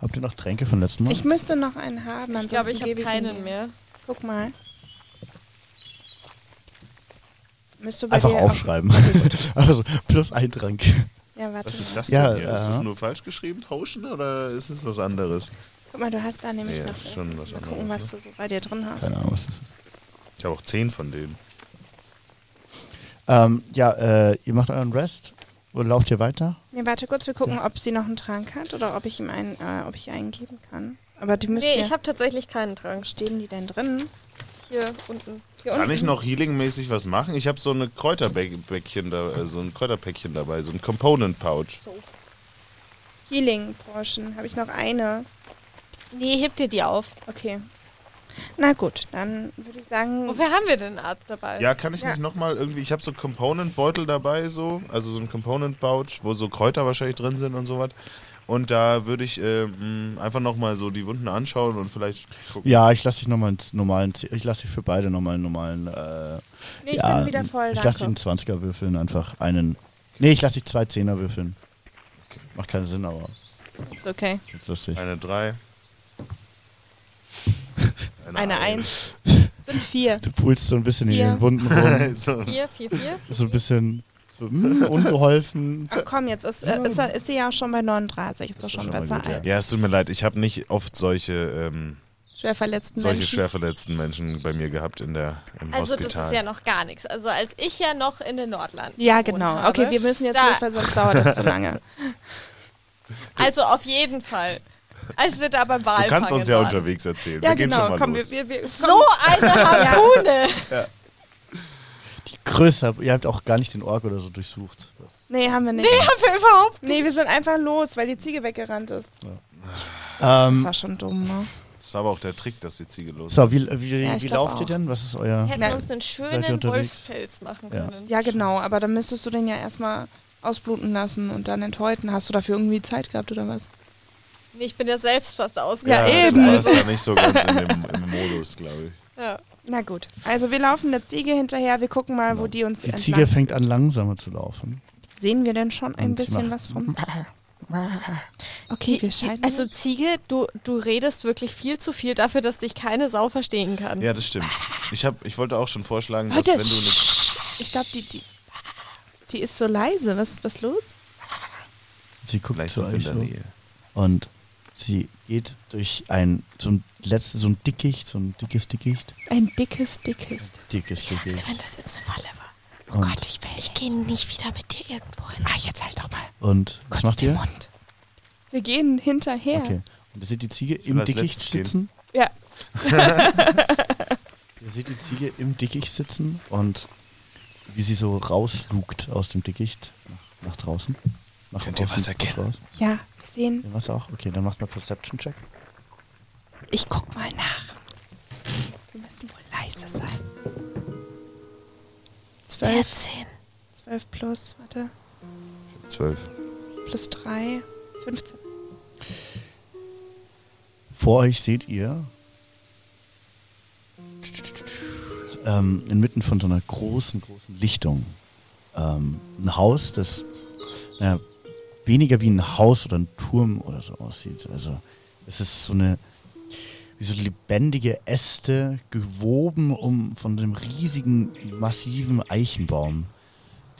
Habt ihr noch Tränke von letzten Mal? Ich müsste noch einen haben, ansonsten Ich glaube, ich habe gebe ihn keinen dir. mehr. Guck mal. Müsste bei Einfach dir aufschreiben. also, plus ein Trank. Auf ja, warte. Was ist mal. das denn Ja, hier? ja. Ist das nur falsch geschrieben, tauschen oder ist es was anderes? Guck mal, du hast da nämlich Nee, noch. das ist schon was mal gucken, anderes, ne? was du so bei dir drin hast. Keine Ahnung, was das ist. Ich habe auch zehn von denen. Ähm, ja, äh, ihr macht euren Rest und lauft hier weiter. Nee, warte kurz, wir gucken, ob sie noch einen Trank hat oder ob ich ihm einen, äh, ob ich ihr einen geben kann. Aber die müssen. Nee, ja- ich habe tatsächlich keinen Trank. Stehen die denn drin? Hier unten. Hier Kann unten? ich noch healingmäßig was machen? Ich habe so eine Kräuterbäckchen da, äh, so ein Kräuterpäckchen dabei, so ein Component Pouch. Healing Portion. Habe ich noch eine? Nee, hebt ihr die auf. Okay. Na gut, dann würde ich sagen. Wofür haben wir denn einen Arzt dabei? äh, Ja, kann ich Ja. nicht nochmal irgendwie, ich habe so Component Beutel dabei, so, also so ein Component Pouch, wo so Kräuter wahrscheinlich drin sind und sowas. Und da würde ich äh, mh, einfach nochmal so die Wunden anschauen und vielleicht gucken. Ja, ich lasse dich nochmal ins normalen. Z- Ich lasse dich für beide nochmal einen normalen. Äh, Nee, ich ja, bin wieder voll, Ich lasse dich einen danke. 20er würfeln, einfach einen. Nee, ich lasse dich zwei Zehner würfeln. Macht keinen Sinn, aber Ist okay. ist lustig. Eine drei. Eine Eins. Sind vier. Du pulst so ein bisschen in Ja. den Wunden rum. so. Vier, vier, vier. so ein bisschen so, hm, unbeholfen. Ach komm, jetzt ist, äh, ist, er- ist sie ja auch schon bei 39. Ist doch schon schon mal besser gut, ja. als Ja, es tut mir leid, ich habe nicht oft solche, ähm, schwer verletzten solche Menschen. schwer verletzten Menschen bei mir gehabt in der, im Also Hospital. das ist ja noch gar nichts. Also als ich ja noch in den Nordland. ja, gewohnt genau. Habe, Okay, wir müssen jetzt Da- los, weil sonst dauert das zu lange. Also auf jeden Fall. Als wir da beim Wahlfang Du kannst uns ja waren. unterwegs erzählen. Ja, wir gehen schon genau. mal Komm, los. wir, wir, wir, komm. So eine Harpune! Größer. Ihr habt auch gar nicht den Org oder so durchsucht. Nee, haben wir nicht. Die haben wir überhaupt. Nee, wir sind einfach los, weil die Ziege weggerannt ist. Das Ähm, war schon dumm, ne? das war aber auch der Trick, dass die Ziege los so, wie, wie, Ja, ich wie glaub lauft auch. ihr denn? Was ist euer. Hätten Nein. wir uns einen Seid ihr schönen unterwegs? Wolfspelz machen Ja. können. Ja, genau, aber dann müsstest du den ja erstmal ausbluten lassen und dann enthäuten. Hast du dafür irgendwie Zeit gehabt oder was? Nee, ich bin ja selbst fast Ja, ausgegangen. eben. Du warst da nicht so ganz in dem, im Modus, glaube ich. Ja. Na gut. Also wir laufen der Ziege hinterher, wir gucken mal, wo die uns Die entlang- Ziege fängt an, langsamer zu laufen. Sehen wir denn schon ein Und sie bisschen macht- was vom... Okay, Die, wir die, scheinen... also Ziege, du, du redest wirklich viel zu viel dafür, dass dich keine Sau verstehen kann. Ja, das stimmt. Ich, hab, ich wollte auch schon vorschlagen, dass Leute, wenn du eine ich glaube, die, die, die ist so leise. Was was los? Sie guckt Vielleicht zu sind wir in euch der so Nähe. und sie geht durch ein so ein letztes so ein Dickicht, so ein dickes Dickicht, Ein dickes Dickicht. dickes Dickicht. das jetzt eine Falle war. Oh und, Gott, will. Ich gehe nicht wieder mit dir irgendwo hin. Ah, jetzt halt doch mal. und was macht ihr? Wir gehen hinterher. Okay. Und ihr seht die Ziege im als Dickicht letztes gehen. sitzen. Ja. Ihr seht die Ziege im Dickicht sitzen und wie sie so rauslugt aus dem Dickicht nach, nach draußen. Nach Könnt ihr außen, was raus, erkennen? raus. ja, wir sehen. Ja, was auch? Okay, dann macht mal Perception Check. Ich guck mal nach. Wir müssen wohl leise sein. 12, 14. 12 plus, warte, zwölf. plus 3, 15. Vor euch seht ihr ähm, inmitten von so einer großen, großen Lichtung ähm, ein Haus, das naja, weniger wie ein Haus oder ein Turm oder so aussieht. Also es ist so eine wie so lebendige Äste gewoben um von einem riesigen, massiven Eichenbaum,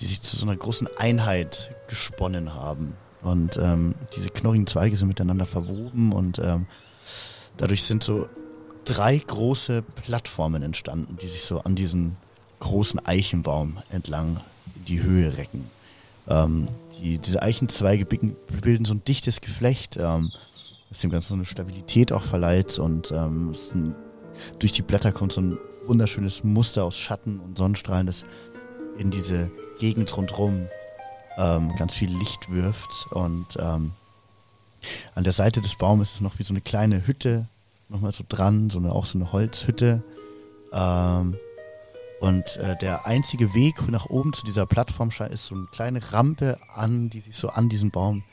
die sich zu so einer großen Einheit gesponnen haben. Und ähm, diese knorrigen Zweige sind miteinander verwoben und ähm, dadurch sind so drei große Plattformen entstanden, die sich so an diesen großen Eichenbaum entlang in die Höhe recken. Ähm, die, diese Eichenzweige bicken- bilden so ein dichtes Geflecht, ähm, das dem Ganzen so eine Stabilität auch verleiht und ähm, es ist ein, durch die Blätter kommt so ein wunderschönes Muster aus Schatten und Sonnenstrahlen, das in diese Gegend rundherum ähm, ganz viel Licht wirft und ähm, an der Seite des Baumes ist noch wie so eine kleine Hütte, nochmal so dran, so eine, auch so eine Holzhütte. Ähm, und äh, der einzige Weg nach oben zu dieser Plattform sche- ist so eine kleine Rampe an, die sich so an diesem Baum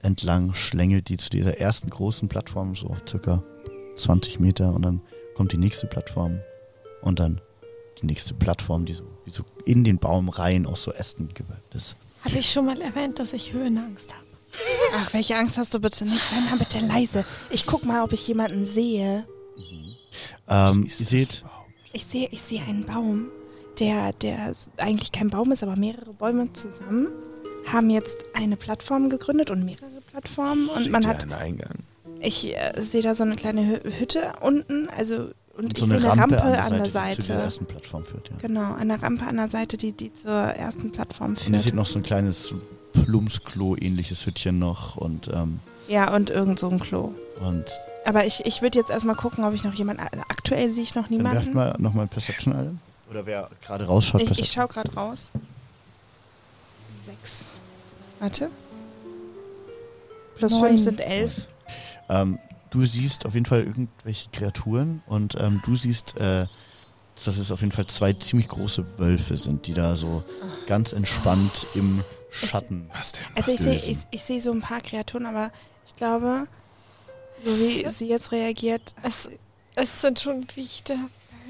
entlang schlängelt, die zu dieser ersten großen Plattform, so auf circa 20 Meter. Und dann kommt die nächste Plattform und dann die nächste Plattform, die so, die so in den Baum rein aus so Ästen gewölbt ist. Habe ich schon mal erwähnt, dass ich Höhenangst habe? Ach, welche Angst hast du bitte nicht? Sei mal bitte leise. Ich guck mal, ob ich jemanden sehe. Ähm, ihr seht, Ich sehe, ich sehe einen Baum, der, der eigentlich kein Baum ist, aber mehrere Bäume zusammen haben jetzt eine Plattform gegründet und mehrere Plattformen Um, und man hat, einen Eingang. ich äh, sehe da so eine kleine Hü- Hütte unten, also und so ich eine sehe eine Rampe, Rampe an der die zu der Seite. ersten Plattform führt. Ja. Genau, eine Rampe an der Seite, die, die zur ersten Plattform Und ihr seht führt. noch so ein kleines Plumpsklo-ähnliches Hütchen noch und, ähm, Ja, und irgend so ein Klo. und Aber ich, ich würde jetzt erstmal gucken, ob ich noch jemanden. Also aktuell sehe ich noch dann werft niemanden. mal nochmal Perception alle. Oder wer gerade rausschaut, Ich, ich Perception. schaue gerade raus. Sechs. Warte. Plus Neun. fünf sind elf. Ähm, du siehst auf jeden Fall irgendwelche Kreaturen und ähm, du siehst, äh, dass es auf jeden Fall zwei ziemlich große Wölfe sind, die da so ganz entspannt im Schatten. Was denn? Also ich sehe Lösen. ich, ich sehe so ein paar Kreaturen, aber ich glaube, so wie sie jetzt reagiert, Es, es sind schon wieder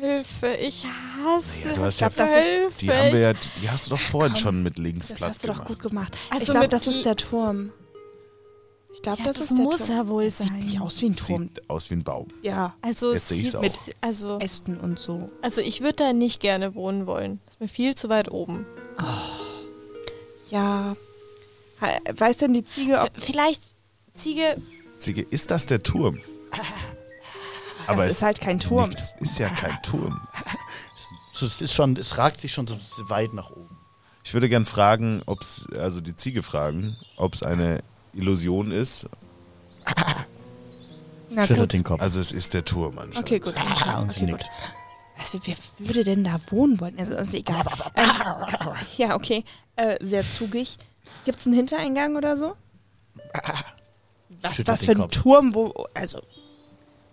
Wölfe. Ich hasse Ja, du hast glaub, ja, das Wölfe. die haben wir ja, die, die hast du doch vorhin schon mit links das platt hast du doch gemacht. gut gemacht. Also ich glaube, mit das die- ist der Turm. Ich glaube, ja, das, das, ist der muss Turm. er wohl Sieht nicht sein. aus wie ein Turm. Sieht aus wie ein Baum. Ja, Also, Jetzt sehe ich's sieht auch. mit, also, Ästen und so. also ich würde da nicht gerne wohnen wollen. Ist mir viel zu weit oben. Ja. Ha- Weiß denn die Ziege, ob Äh, Vielleicht Ziege. Ziege, ist das der Turm? Aber das es ist halt kein Turm. nix, ist ja kein Turm. So, es ist schon, es ragt sich schon so weit nach oben. Ich würde gern fragen, ob's, also die Ziege fragen, ob es eine Illusion ist. Na Schüttelt gut. den Kopf. Also es ist der Turm anscheinend. Okay, gut. dann schauen wir. Ah, und sie Okay, nickt. gut. Also, wer würde denn da wohnen wollen? Also, ist egal. Ähm, ja, okay. Äh, sehr zugig. Gibt es einen Hintereingang oder so? Was Schüttelt ist das den für ein Kopf. Turm, wo. Also.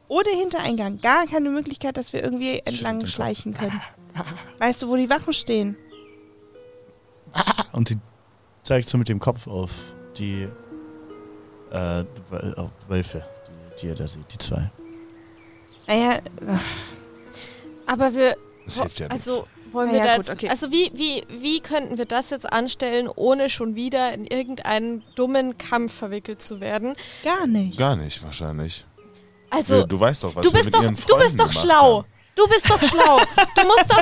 Ohne Hintereingang. Gar keine Möglichkeit, dass wir irgendwie entlang den Kopf. schleichen können. Ah, Weißt du, wo die Wachen stehen? Und sie zeigt so mit dem Kopf auf die äh, Wöl- auf Wölfe, die, die ihr da seht, die zwei. Naja, Aber wir. Das hilft ja nichts. also wollen Na wir ja, da gut, jetzt, okay. Also wie, wie, wie könnten wir das jetzt anstellen, ohne schon wieder in irgendeinen dummen Kampf verwickelt zu werden? gar nicht. Gar nicht wahrscheinlich. Also du, du weißt doch, was du wir bist mit doch, ihren du bist Freunden doch gemacht schlau. haben. Du bist doch schlau. Du musst doch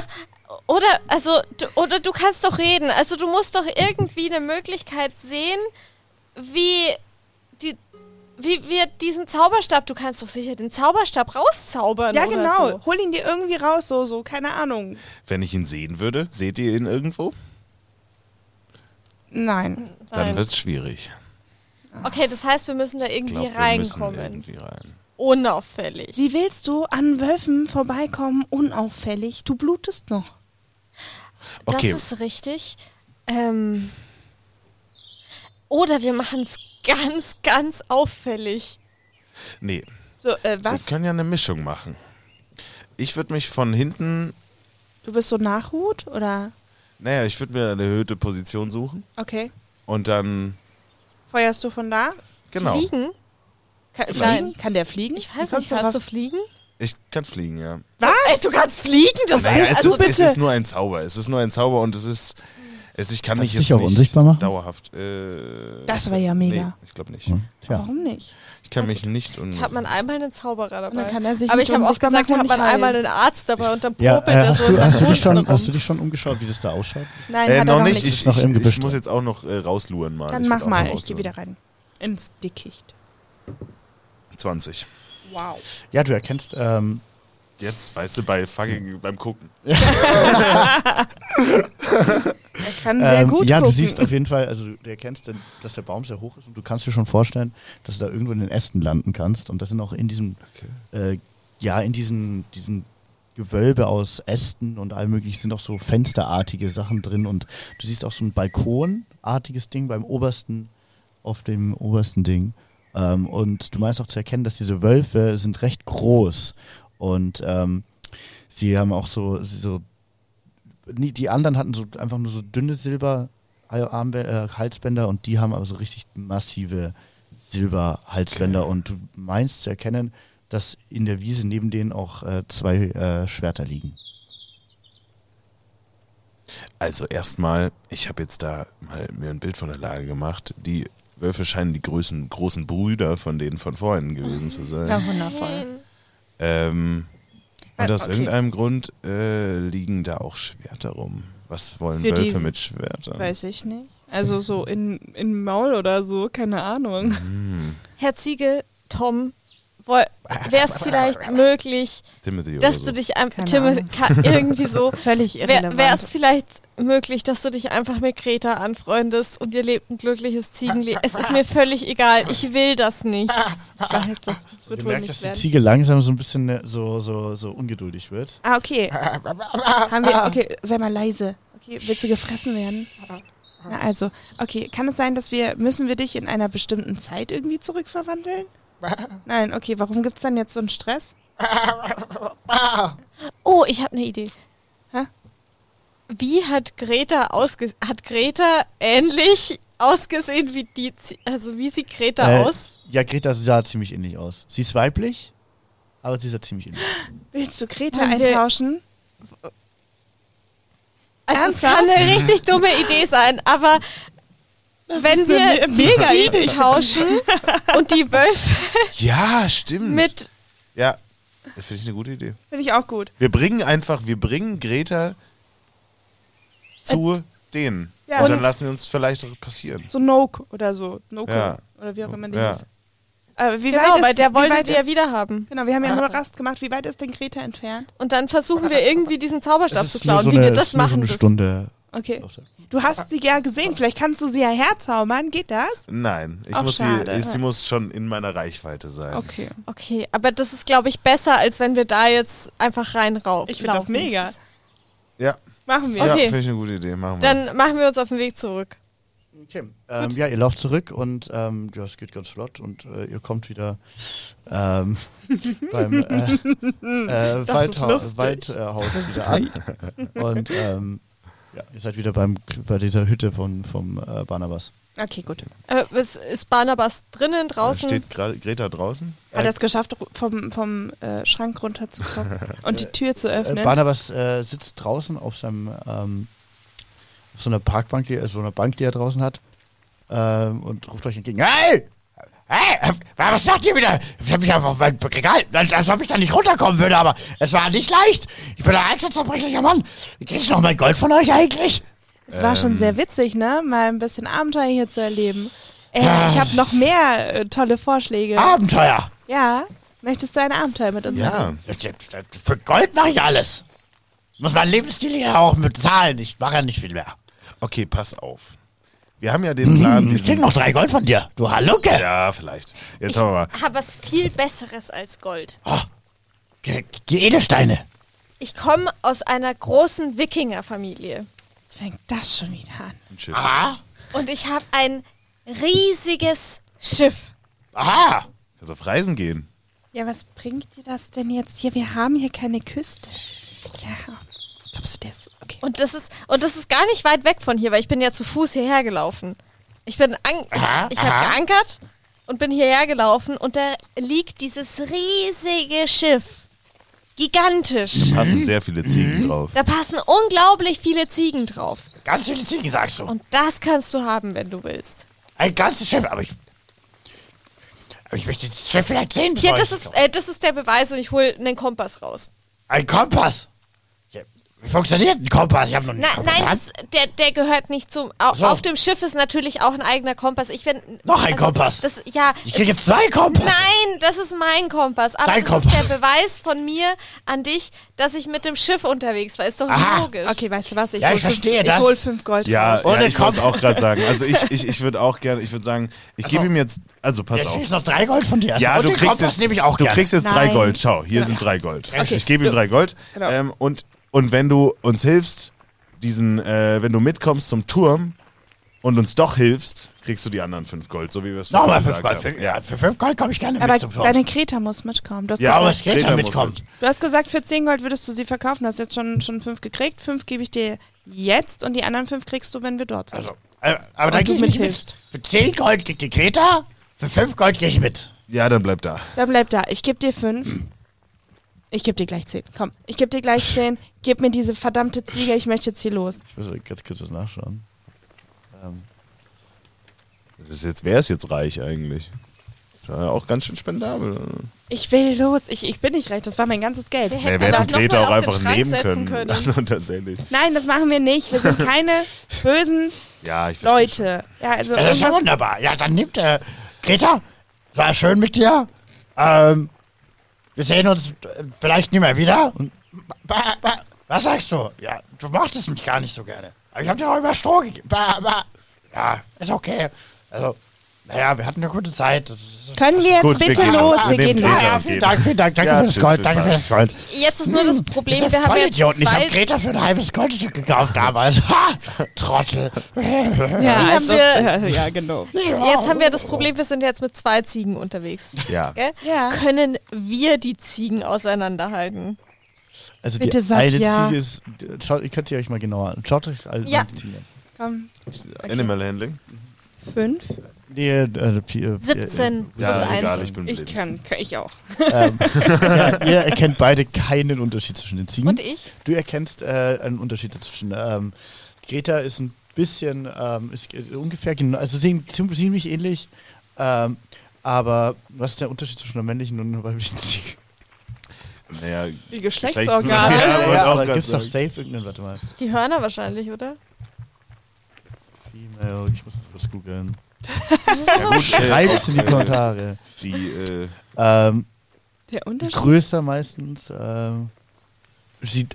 oder also du, oder du kannst doch reden. Also du musst doch irgendwie eine Möglichkeit sehen, wie die wie wir diesen Zauberstab, du kannst doch sicher den Zauberstab rauszaubern Ja, oder genau. so. Hol ihn dir irgendwie raus, so, so. Keine Ahnung. Wenn ich ihn sehen würde, seht ihr ihn irgendwo? Nein. Dann Nein. wird's schwierig. Ah. Okay, das heißt, wir müssen da Ich irgendwie glaube, wir müssen reinkommen. irgendwie rein. Unauffällig. Wie willst du an Wölfen vorbeikommen, unauffällig? Du blutest noch. Okay. Das ist richtig. Ähm, oder wir machen es ganz, ganz auffällig. Nee, So, äh, wir was? können ja eine Mischung machen. Ich würde mich von hinten, Du bist so Nachhut? Oder? naja, ich würde mir eine erhöhte Position suchen Okay. und dann, Feuerst du von da? genau, Fliegen? Kann, Nein. fliegen? Kann der fliegen? Ich weiß Wie nicht, kommst du kannst du drauf? fliegen? ich kann fliegen, ja. Ey, du kannst fliegen? Das Naja, ist es, also ist, es bitte? ist nur ein Zauber. Es ist nur ein Zauber und es ist. Es, ich kann mich Kannst du jetzt dich auch nicht unsichtbar machen? dauerhaft. Äh, Das wär ja mega. Nee, ich glaube nicht. Hm, Tja. Warum nicht? Ich kann mich nicht Hm. und hat man einmal einen Zauberer dabei. Und dann kann er sich Aber nicht ich habe auch unsichtbar gesagt, machen und hat man nicht einmal heilen. einen Arzt dabei und dann Ja, popelt äh, er hast, so du, hast, du dich unten schon, rum. hast du dich schon umgeschaut, wie das da ausschaut? Nein, äh, hat noch er nicht. Ich, Ist noch ich, im ich Gebüsch muss drin. jetzt auch noch äh, rausluren mal. Dann ich mach würd auch mal. noch Ich gehe wieder rein. Ins Dickicht. rausluren. 20. Wow. Ja, du erkennst ähm, Jetzt, weißt du, bei fucking, beim Gucken. Er kann sehr Ähm, gut ja, gucken. du siehst auf jeden Fall, also du, du erkennst, denn, dass der Baum sehr hoch ist und du kannst dir schon vorstellen, dass du da irgendwo in den Ästen landen kannst. Und das sind auch in diesem, äh, ja, in diesen, diesen Gewölbe aus Ästen und allem möglichen sind auch so fensterartige Sachen drin. Und du siehst auch so ein balkonartiges Ding beim obersten, auf dem obersten Ding. Ähm, und du meinst auch zu erkennen, dass diese Wölfe sind recht groß. Und ähm, sie haben auch so, so nie, die anderen hatten so einfach nur so dünne Silber Armbä- äh, Halsbänder und die haben aber so richtig massive Silber Halsbänder und du meinst zu erkennen, dass in der Wiese neben denen auch äh, zwei äh, Schwerter liegen. Also erstmal, ich habe jetzt da mal mir ein Bild von der Lage gemacht. Die Wölfe scheinen die größten, großen Brüder von denen von vorhin gewesen zu sein. Ja, wundervoll. Ähm, und Ah, aus okay. irgendeinem Grund äh, liegen da auch Schwerter rum. Was wollen Für die- Wölfe mit Schwertern? Weiß ich nicht. Also so in, in Maul oder so, keine Ahnung. Mhm. Herr Ziege, Tom, wäre es vielleicht möglich, Timothy dass oder du so. dich einfach Keine Tim, Ahnung. ka, irgendwie so Völlig irrelevant. wäre es vielleicht möglich, dass du dich einfach mit Greta anfreundest und ihr lebt ein glückliches Ziegenleben. Es ist mir völlig egal, ich will das nicht. Ich weiß, das, das wird Ihr wohl merkt, dass nicht die werden. Ziege langsam so ein bisschen äh, so, so, so ungeduldig wird. Ah, okay. Haben wir, okay, sei mal leise. Okay, willst du gefressen werden? Na also, okay, kann es sein, dass wir, müssen wir dich in einer bestimmten Zeit irgendwie zurückverwandeln? Nein, okay, warum gibt's dann jetzt so einen Stress? Oh, ich habe eine Idee. Hä? Wie hat Greta ausgesehen? Hat Greta ähnlich ausgesehen wie die, Zie- also wie sieht Greta Äh, aus? Ja, Greta sah ziemlich ähnlich aus. Sie ist weiblich, aber sie sah ziemlich ähnlich. Willst du Greta Wollen wir- eintauschen? Also es kann eine richtig dumme Idee sein, aber wenn wir die Ziegen tauschen und die Wölfe ja, Hm. stimmt. mit ja, das finde ich eine gute Idee. Finde ich auch gut. Wir bringen einfach, wir bringen Äh, Greta zu denen. Ja. Und dann Und- lassen wir uns vielleicht passieren. So Noke oder so. Noke. Ja. Oder wie auch immer die Ja. hieß. Äh, wie Genau, weit weil ist, der wie wollte weit die ja ist- wieder haben. Genau, wir haben ja nur Rast gemacht. Wie weit ist denn Greta entfernt? Und dann versuchen wir irgendwie diesen Zauberstab zu nur klauen, so wie eine, wir es das ist nur so machen. eine Stunde. Okay. Du hast sie ja Ah. gesehen. Vielleicht kannst du sie ja herzaubern. Geht das? Nein, ich Auch muss sie, schade. ich, sie muss schon in meiner Reichweite sein. Okay. Okay, aber das ist, glaube ich, besser, als wenn wir da jetzt einfach rein rauf. Ich finde das laufen. mega. Ja, Machen wir. ja Okay. finde ich eine gute Idee. Machen wir. Dann machen wir uns auf den Weg zurück. Okay. Ähm, ja, ihr lauft zurück und ähm, ja, es geht ganz flott und äh, ihr kommt wieder ähm, beim äh, äh, Waldhaus lustig. Wald, äh, Haus wieder an. Und ähm, ja, ihr seid wieder beim, bei dieser Hütte von, vom äh, Barnabas. Okay, gut. Äh, es ist Barnabas drinnen, draußen? Steht Gra Greta draußen? Hat er es geschafft, ru- vom, vom äh, Schrank runterzukommen und die Tür zu Äh, öffnen? Barnabas äh, sitzt draußen auf seinem ähm, auf so einer Parkbank, die, äh, so einer Bank, die er draußen hat, ähm, und ruft euch entgegen. Hey! Hey, äh, was macht ihr wieder? Ich hab mich einfach auf mein Regal, als, als ob ich da nicht runterkommen würde, aber es war nicht leicht. Ich bin ein einsatzzerbrechlicher Mann. Kriegst du noch mein Gold von euch eigentlich? es war schon Ähm. sehr witzig, ne? Mal ein bisschen Abenteuer hier zu erleben. Ey, ich habe noch mehr äh, tolle Vorschläge. Abenteuer! Ja. Möchtest du ein Abenteuer mit uns haben? Ah. Ja. Für Gold mache ich alles. Muss mein Lebensstil ja auch bezahlen. Ich mache ja nicht viel mehr. Okay, pass auf. Wir haben ja den Plan, Mhm. Ich krieg diesen... noch drei Gold von dir. Du Halucke! Ja, vielleicht. Jetzt schauen wir mal. Ich habe was viel Besseres als Gold. Ge Ge Edelsteine. Ich komme aus einer großen Wikingerfamilie. Jetzt fängt das schon wieder an. Ein Schiff. Aha. Und ich habe ein riesiges Schiff. Aha. Kannst auf Reisen gehen. Ja, was bringt dir das denn jetzt hier? Wir haben hier keine Küste. Ja. Glaubst du das? Okay. Und das ist und das ist gar nicht weit weg von hier, weil ich bin ja zu Fuß hierher gelaufen. Ich bin an, Aha, ich, ich aha. habe geankert und bin hierher gelaufen und da liegt dieses riesige Schiff. Gigantisch. Passen Mhm. sehr viele Ziegen drauf. Da passen unglaublich viele Ziegen drauf. Ganz viele Ziegen, sagst du. Und das kannst du haben, wenn du willst. Ein ganzes Schiff, aber ich. Aber ich möchte das Schiff vielleicht sehen. Hier, bevor das ich- ist, äh, das ist der Beweis und ich hole einen Kompass raus. Ein Kompass! Ja, Wie funktioniert ein Kompass? Ich habe noch nie Na, einen Kompass. nein, gehabt. das, der, der gehört nicht zum. Au, so. Auf dem Schiff ist natürlich auch ein eigener Kompass. Ich wenn, Noch ein Kompass. Das, ja, ich krieg jetzt zwei Kompass! Nein, das ist mein Kompass. Aber Dein das Kompass. ist der Beweis von mir an dich, dass ich mit dem Schiff unterwegs war. Ist doch Aha. logisch. Okay, weißt du was? Ich Ja, hol ich fünf- verstehe das. Ich hol fünf Gold Ja, Oh, raus. Ohne ja ich Kopf. wollte es auch gerade sagen. Also ich, ich, ich würde auch gerne, ich würde sagen, ich so. gebe ihm jetzt, also pass Jetzt krieg ich auf. noch drei Gold von dir. Ja, und du den kriegst Kompass jetzt, nehme ich auch du gerne. kriegst jetzt drei Nein. Gold. Schau, hier sind drei Gold. Ich gebe ihm drei Gold. Genau. Ähm, und, und wenn du uns hilfst, diesen, äh, wenn du mitkommst zum Turm und uns doch hilfst, kriegst du die anderen fünf Gold, so wie wir es Nochmal vorhin fünf Gold. gesagt Für, haben. ja. für fünf Gold komme ich gerne Aber mit zum Turm. deine Kreta muss mitkommen. Du hast, Ja, Aber gesagt, es geht, Greta damit muss kommt. du hast gesagt, für 10 Gold würdest du sie verkaufen. Du hast jetzt schon, schon fünf gekriegt. Fünf gebe ich dir jetzt und die anderen fünf kriegst du, wenn wir dort sind. Also, äh, aber da gehe Und du ich nicht mit. mithilfst. Für zehn Gold kriegt die Kreta, für fünf Gold gehe ich mit. Ja, dann bleib da. Dann bleib da. Ich gebe dir fünf. Ich gebe dir gleich zehn. Komm, ich gebe dir gleich zehn. Gib mir diese verdammte Ziege. Ich möchte jetzt hier los. Ich muss ganz kurz was nachschauen. Ähm, Das ist jetzt, wer ist jetzt reich eigentlich? Ist ja auch ganz schön spendabel. Ich will los. Ich, ich bin nicht reich. Das war mein ganzes Geld. Wir hätten Wir hätten aber noch Greta mal auch auf den einfach Schrank nehmen setzen können. können. Also tatsächlich. Nein, das machen wir nicht. Wir sind keine bösen Ja, ich verstehe. Leute. Ja, also Ja, das ist ja irgendwas, wunderbar. Ja, dann nimmt äh, Greta. War schön mit dir. Ähm, wir sehen uns äh, vielleicht nie mehr wieder. Und, ba, ba, was sagst du? Ja, du mochtest mich gar nicht so gerne. Aber ich hab dir auch immer Stroh gegeben. Ba, ba. Ja, ist okay. Also, naja, wir hatten eine gute Zeit. Das ist- können wir jetzt Gut, wir bitte gehen los? jetzt. Wir Wir gehen nehmen los. Ja, Greta ja, geben. vielen Dank, vielen Dank. Danke Ja, für das tschüss, Gold. bis Danke für bald. das Gold. Jetzt ist nur das Problem, wir Diese haben jetzt Vollidioten. Ich habe zwei, Greta für ein halbes Goldstück gekauft damals. Ha! Trottel. Ja, Wie haben also, wir- ja, genau. Jetzt haben wir das Problem, wir sind jetzt mit zwei Ziegen unterwegs. Ja. Gell? Ja. Können wir die Ziegen auseinanderhalten? Also Bitte die sag eine ja. Ziege ist. Schaut, ihr könnt ihr euch mal genauer an. Schaut euch alle Ja. an die Ziege an. Komm, Animal Handling? fünf. Nee, äh, Pi- äh, 17 plus Ja, egal, 1. ich bin Ich blind. kann, kann ich auch. Äh, ihr erkennt beide keinen Unterschied zwischen den Ziegen. Und ich? Du erkennst äh, einen Unterschied dazwischen. Ähm, Greta ist ein bisschen, ähm, ist äh, ungefähr genau, also sie sind ziemlich ähnlich, ähm, aber was ist der Unterschied zwischen einer männlichen und einer weiblichen Ziege? Naja, Die Ja, Geschlechtsorgane. wollte auch aber grad gibt's doch sagen. safe irgendeinen, warte mal. Die Hörner wahrscheinlich, oder? Female, ich muss das kurz googeln. ja, gut, Schreib's in die äh, Kommentare. Die, äh, Ähm, Der Unterschied. größer meistens, ähm, sie,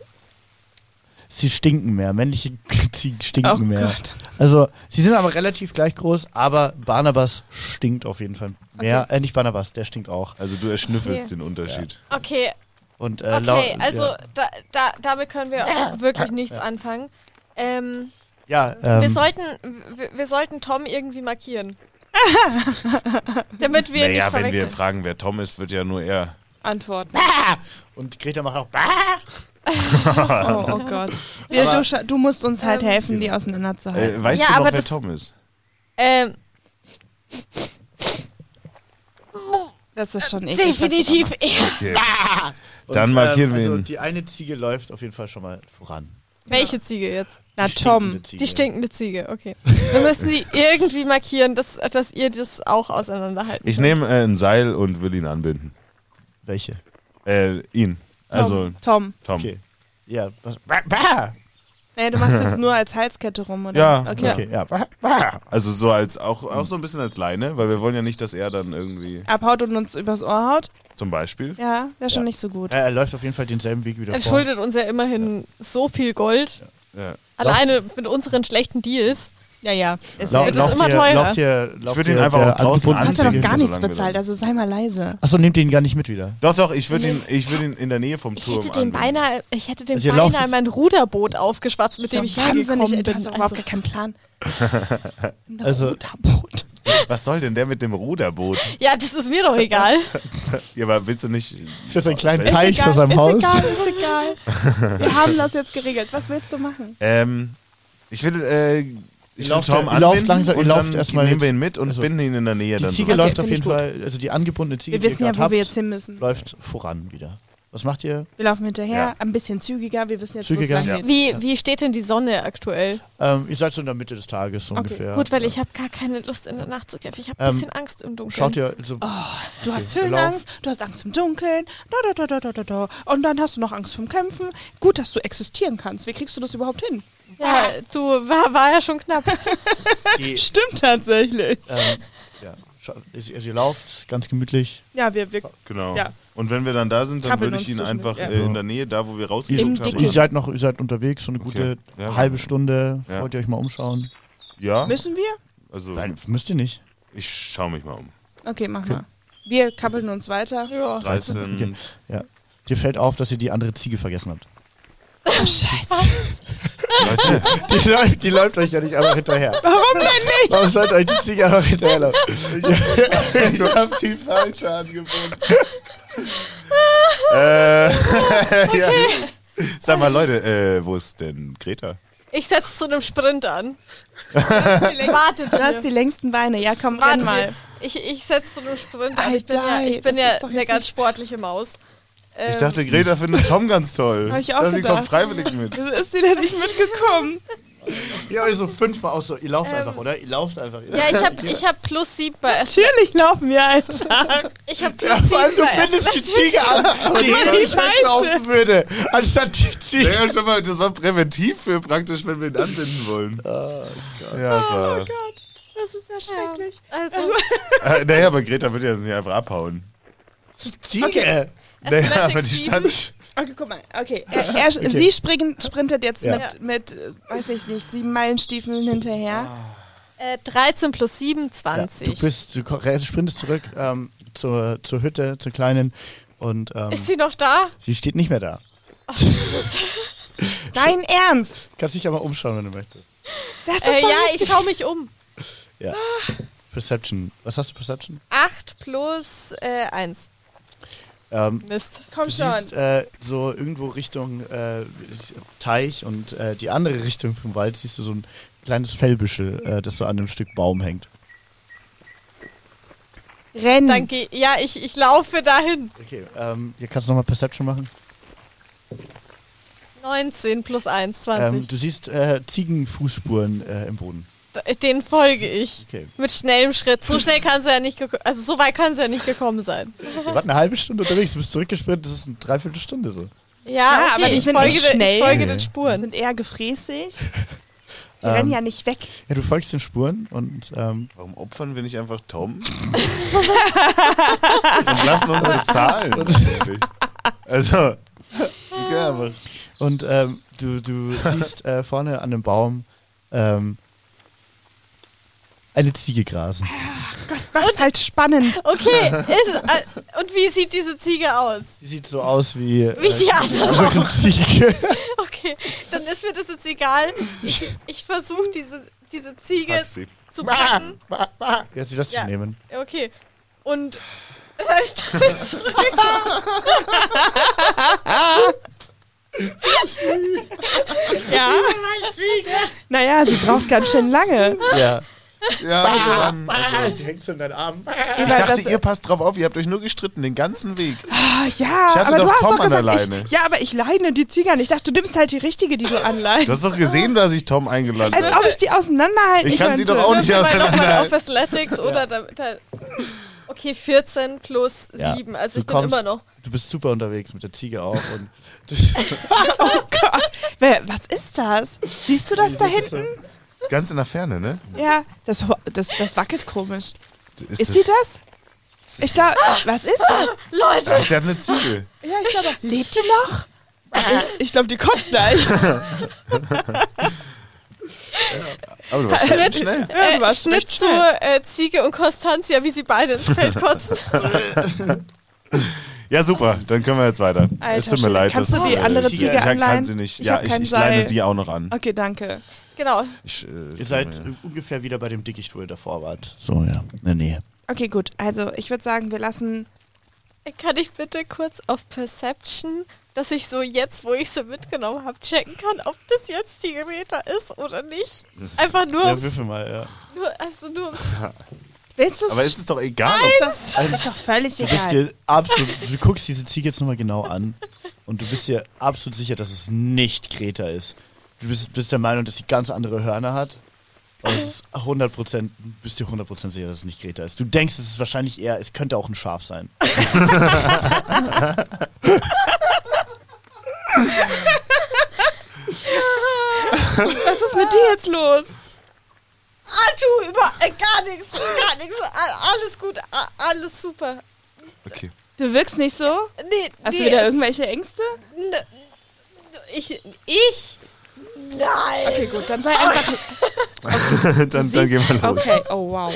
sie stinken mehr, männliche Ziegen stinken Oh mehr. Gott. Also, sie sind aber relativ gleich groß, aber Barnabas stinkt auf jeden Fall mehr. Äh, nicht Barnabas, der stinkt auch. also du erschnüffelst Okay. den Unterschied. Okay, Und, äh, lau- okay, also Ja, da, da, damit können wir wirklich nichts anfangen. Ähm, ja wir, ähm, sollten, wir, wir sollten Tom irgendwie markieren. Damit wir ihn nicht naja, wenn wir verwechseln. fragen, wer Tom ist, wird ja nur er. Antworten. und Greta macht auch. Bah! Oh, oh Gott. Wir, du, scha- du musst uns halt Ähm, helfen, die auseinanderzuhalten. Äh, weißt Ja, du noch, aber wer das- Tom ist? ähm, Das ist schon eklig. was du da äh, definitiv eher. Und, Dann markieren ähm, wir also ihn. Die eine Ziege läuft auf jeden Fall schon mal voran. Welche Ziege jetzt? machst. Na, Die Ah, Tom. stinkende Ziege. Die stinkende Ziege, okay. Wir müssen die irgendwie markieren, dass, dass ihr das auch auseinanderhalten Ich könnt. nehme äh, ein Seil und will ihn anbinden. Welche? Äh, ihn. Also, Tom. Tom. Tom. Okay. Ja, was, Ba, ba. Nee, du machst es nur als Halskette rum, oder? Ja. Okay. okay, ja. Ba, ba. Also so als auch, auch so ein bisschen als Leine, weil wir wollen ja nicht, dass er dann irgendwie Abhaut und uns übers Ohr haut. zum Beispiel. Ja, wäre schon nicht so gut. Äh, er läuft auf jeden Fall denselben Weg wieder Er vor. schuldet uns ja immerhin so viel Gold. Ja. Alleine mit unseren schlechten Deals. Ja, ja. Ist Lau wird es lauft immer ihr, teurer. Lauft ihr, lauft würd ihn ihr einfach der auch draußen angebundenen Hast ja noch Ziege gar hinterher? Solange nichts wir bezahlt, da- also sei mal leise. Achso, nehmt ihn gar nicht mit wieder. Doch, doch, ich würde ihn, ich würd ihn in der Nähe vom Ich Turm hätte den anbinden. beinahe, ich hätte den ne? Also ihr lauft beinahe jetzt- mein Ruderboot aufgeschwatzt, mit dem ich Ist doch wahnsinnig, hergekommen ey, du bin. hast doch überhaupt Also, gar keinen Plan. Ein Also- Ruderboot. Was soll denn der mit dem Ruderboot? ja, das ist mir doch egal. Ja, aber willst du nicht... Für seinen kleinen Selbst- Teich vor seinem ist Haus. Egal, ist egal, Wir haben das jetzt geregelt. Was willst du machen? Ähm, ich will, äh, ich will Lauft Tom er- ihr lauft anbinden langsam- ihr und lauft dann erstmal nehmen wir jetzt- ihn mit und also- binden ihn in der Nähe Die dann Ziege Okay, läuft auf finde jeden ich gut. Fall, also die angebundene Ziege, Wir wissen die ihr ja, grad wo wir habt, jetzt hin müssen. läuft voran wieder. Was macht ihr? Wir laufen hinterher, Ja. ein bisschen zügiger. Wir wissen jetzt, wo es Zügiger. lang Ja. geht. Wie, wie steht denn die Sonne aktuell? Ähm, ihr seid so in der Mitte des Tages so ungefähr. Gut, weil ich habe gar keine Lust in der Nacht zu kämpfen. Ich habe ein Ähm, bisschen Angst im Dunkeln. Schaut ihr also- so. Oh. Du hast wir laufen. Höhenangst, du hast Angst im Dunkeln, da, da, da, da, da, da, da. und dann hast du noch Angst vom Kämpfen. Gut, dass du existieren kannst. Wie kriegst du das überhaupt hin? Ja, du, war, war ja schon knapp. Die, Stimmt tatsächlich. ähm, ja, scha- also ihr lauft ganz gemütlich. Ja, wir, wir Genau. Ja. Und wenn wir dann da sind, dann Krabbeln würde ich uns ihn zwischen- einfach ja. äh, in der Nähe, da wo wir Im rausgesucht dicken- Ihr haben. seid noch, ihr seid unterwegs, so eine gute Okay. Ja. genau. halbe Stunde. Ja. Wollt ihr euch mal umschauen? Ja, müssen wir? also Nein, müsst ihr nicht. ich schaue mich mal um. Okay, mach mal. Wir kabbeln uns weiter. Ja. 13. Okay. Ja. Dir fällt auf, dass ihr die andere Ziege vergessen habt. Leute, Die läuft, die läuft euch ja nicht einfach hinterher. Warum denn nicht? Warum sollte euch die Ziege einfach hinterherlaufen? ich habe die falsche angeboten. äh, ja. Sag mal, Leute, äh, wo ist denn Greta? Ich setze zu einem Sprint an. Wartet, Du hast die längsten Beine. Ja, komm, renn mal. Ich, ich setze so einen Sprint an. Ei, Ich bin ja, dai, ich bin das ja ist doch eine jetzt ganz sportliche Maus. Ähm, Ich dachte, Greta findet Tom ganz toll. Hab ich auch Die kommt gedacht. freiwillig mit. Wieso ist die denn nicht mitgekommen? Ihr habt euch so fünfmal aus, so, ihr lauft einfach, oder? Ihr lauft einfach. Ihr Ja, ich hab, ich hab plus sieben bei. Natürlich laufen wir einfach. Ich hab plus Ja, sieben vor allem, du bei. findest die Ziege an, die die ich falsche. laufen würde, anstatt die Ziege. Ja, schon mal, das war präventiv für praktisch, wenn wir ihn anbinden wollen. Oh Gott. Ja, das war. Oh Gott, das ist ja Ja. schrecklich. Also, Äh, naja, aber Greta wird ja jetzt nicht einfach abhauen. Ziege. Naja, aber die Athletics stand. Okay, guck mal. Okay, er, er, sie springen, sprintet jetzt Ja. mit, mit, äh, weiß ich nicht, sieben Meilenstiefeln Ah. hinterher. äh, 13 plus 7, Ja, 20. du bist, du ko- re- sprintest zurück ähm, zur, zur Hütte, zur kleinen und ähm, Ist sie noch da? sie steht nicht mehr da. Dein Ernst? Kannst dich aber umschauen, wenn du möchtest. Das ist Äh, doch ja, nicht- ich schau mich um. Ja. Perception. Was hast du Perception? 8 plus äh, 1. Ähm, Mist. Komm du schon. siehst äh, so irgendwo Richtung äh, Teich und äh, die andere Richtung vom Wald siehst du so ein kleines Fellbüschel, äh, das so an einem Stück Baum hängt. Rennen. Danke. Ja, ich, ich laufe dahin. Okay. Ähm, hier kannst du nochmal Perception machen. 19 plus 1, Ähm, 20. du siehst äh, Ziegenfußspuren äh, im Boden. D- Den folge ich. Okay. Mit schnellem Schritt. So schnell kann sie ja nicht geko- Also so weit kann sie ja nicht gekommen sein. Wir waren eine halbe Stunde unterwegs, du bist zurückgesprintet, das ist eine Dreiviertelstunde so. Ja, Ja, okay, aber die ich, sind folge nicht den, schnell. ich folge Nee. den Spuren. sind eher gefräßig. Die rennen Ähm. ja nicht weg. Ja, du folgst den Spuren und ähm, Warum opfern wir nicht einfach Tom? Und lassen uns bezahlen. Also, ja, aber Und ähm, du, du siehst äh, vorne an dem Baum ähm, eine Ziege grasen. Macht's halt spannend. Okay, ist, äh, und wie sieht diese Ziege aus? Die sieht so aus wie, äh, Wie die eine anderen. andere Ziege. Okay, dann ist mir das jetzt egal. Ich, ich versuche diese, diese Ziege pack sie. zu packen. Ja, sie lässt Ja. dich nehmen. Okay, und dann ist damit zurück. Ja. Naja, sie braucht ganz schön lange. Ja. Ja, also, dann, sie hängt so in deinen Armen. ich dachte, ihr passt drauf auf, ihr habt euch nur gestritten den ganzen Weg. Ah, ja, Ich hatte aber doch du hast Tom doch an der gesagt, Leine. Ich, ja, aber ich leine die Ziege an. Ich dachte, du nimmst halt die richtige, die du Du anleihst. hast doch gesehen, dass ich Tom eingeladen Als habe. ob ich die auseinanderhalten Ich kann sie könnte. doch auch nicht Würfel mal nochmal auseinanderhalten. auf Athletics oder da, da, Okay, 14 plus 7. Also ich bin immer noch. Du bist super unterwegs mit der Ziege auch. Und Wer- Was ist das? Siehst du das da hinten? Ganz in der Ferne, ne? Ja, das, ho- das, das wackelt komisch. Ist das- sie das? Ich glaube, was ist das? Leute! Ah, sie hat eine Ziege. Ja, ich glaube, lebt die noch? Ich, ich glaube, die kotzt gleich. Aber du warst ganz schön schnell. Ja, du Äh, warst Schnitt recht zu schnell. äh, Ziege und Konstanzia, wie sie beide ins Feld kotzen. Ja, super, dann können wir jetzt weiter. es tut mir Schwede, leid. kannst du dass, die äh, andere ich, Ziege ich kann- anleihen? kann sie nicht. Ich ja, hab ich, kein ich leine Seil. die auch noch an. Okay, danke. genau. Ich, äh, ihr seid ja. ungefähr wieder bei dem Dickicht, wo ihr davor wart. So, ja. In der Nähe. Okay, gut. Also, ich würde sagen, wir lassen. Kann ich bitte kurz auf Perception, dass ich so jetzt, wo ich sie mitgenommen habe, checken kann, ob das jetzt die Greta ist oder nicht? Einfach nur, Ja, ums, würfel mal, ja. nur also nur ums Willst du Aber ist es doch egal. ob- das? Das ist doch völlig Du bist egal. dir absolut, du guckst diese Ziege jetzt nochmal genau an und du bist dir absolut sicher, dass es nicht Greta ist. Du bist, bist der Meinung, dass sie ganz andere Hörner hat. Aber es ist 100%, bist dir 100% sicher, dass es nicht Greta ist. Du denkst, es ist wahrscheinlich eher, es könnte auch ein Schaf sein. Was ist mit dir jetzt los? Ah, du, über, äh, gar nichts, gar nichts. a- Alles gut, a- alles super. Okay. Du wirkst nicht so? Nee, Hast nee, du wieder es- irgendwelche Ängste? n- Ich, ich? Nein. Okay, gut, dann sei einfach. dann, dann gehen wir los. Okay, oh wow.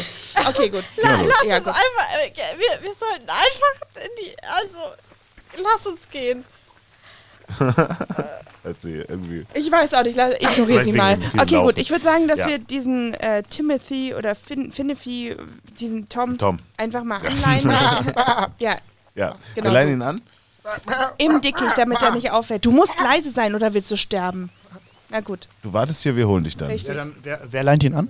Okay, gut. Lass, lass Ja, uns gut. einfach, äh, ge- wir, wir sollten einfach in die, also, lass uns gehen. Als sie irgendwie. Ich weiß auch nicht, lass- ich ignoriere Vielleicht sie wegen mal. dem vielen Okay, gut, Laufen. ich würde sagen, dass Ja. wir diesen äh, Timothy oder fin Finnefy, diesen Tom, Tom. einfach mal anleihen. ja, Ja. Genau. Wir leihen ihn an. im Dickicht, damit er nicht auffällt. Du musst leise sein oder willst du sterben? Na gut, Du wartest hier, wir holen dich dann. Richtig. Ja, dann, Ähm, wer, wer leint ihn an?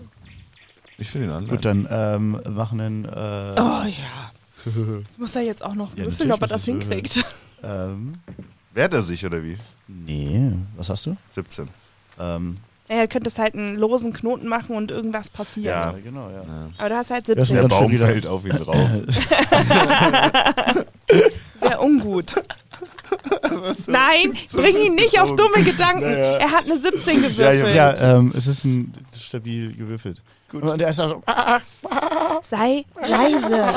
Ich will ihn an. Gut, dann ähm, machen einen. Äh, Oh ja. Das muss er jetzt auch noch Ja, würfeln, natürlich ob er muss das es würfeln. hinkriegt. ähm, Wehrt er sich oder wie? nee, was hast du? Siebzehn. Ähm, Naja, du könntest halt einen losen Knoten machen und irgendwas passieren. Ja. Ja, genau, ja. Aber du hast halt Das ist 17. Der Dann schon Baum wieder. fällt auf ihn drauf. Wäre ungut. Nein, bring ihn nicht auf festgezogen. dumme Gedanken. Naja. Er hat eine 17 Ja, ja, gewürfelt. Ja, ähm, es ist ein stabil gewürfelt. Und der ist auch so, ah, Sei leise.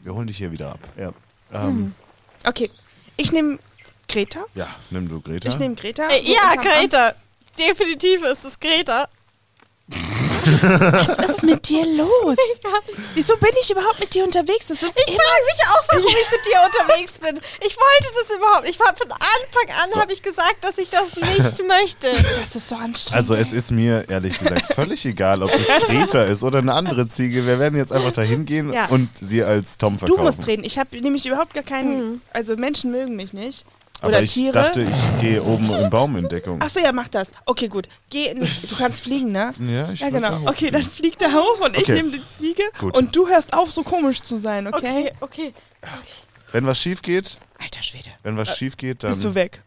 Wir holen dich hier wieder ab. ja. Okay, ich nehme Greta. Ja, nimm du Greta. Ich nehme Greta. Äh, So ja, unterm Arm. Greta. Definitiv ist es Greta. Was ist mit dir los? Ich Wieso bin ich überhaupt mit dir unterwegs? Das ist frage mich auch, warum ich mit dir unterwegs bin. Ich wollte das überhaupt nicht. Ich hab von Anfang an habe ich gesagt, dass ich das nicht möchte. Das ist so anstrengend. Also es ist mir ehrlich gesagt völlig egal, ob das Greta ist oder eine andere Ziege. Wir werden jetzt einfach dahin gehen Ja. und sie als Tom du Also verkaufen. musst reden. Ich habe nämlich überhaupt gar keinen. Also Menschen mögen mich nicht. Aber Oder ich Tiere. dachte, ich gehe oben im Baum in Deckung. Ach so, ja, mach das. Okay, gut. Geh in, du kannst fliegen, ne? Ja, ich Ja, würd da genau. hoch. Okay, dann fliegt er hoch und ich Okay. nehme die Ziege. Gut. Und du hörst auf, so komisch zu sein, okay? Okay, okay. Wenn was schief geht, Alter Schwede. wenn was schief geht, dann Bist du weg.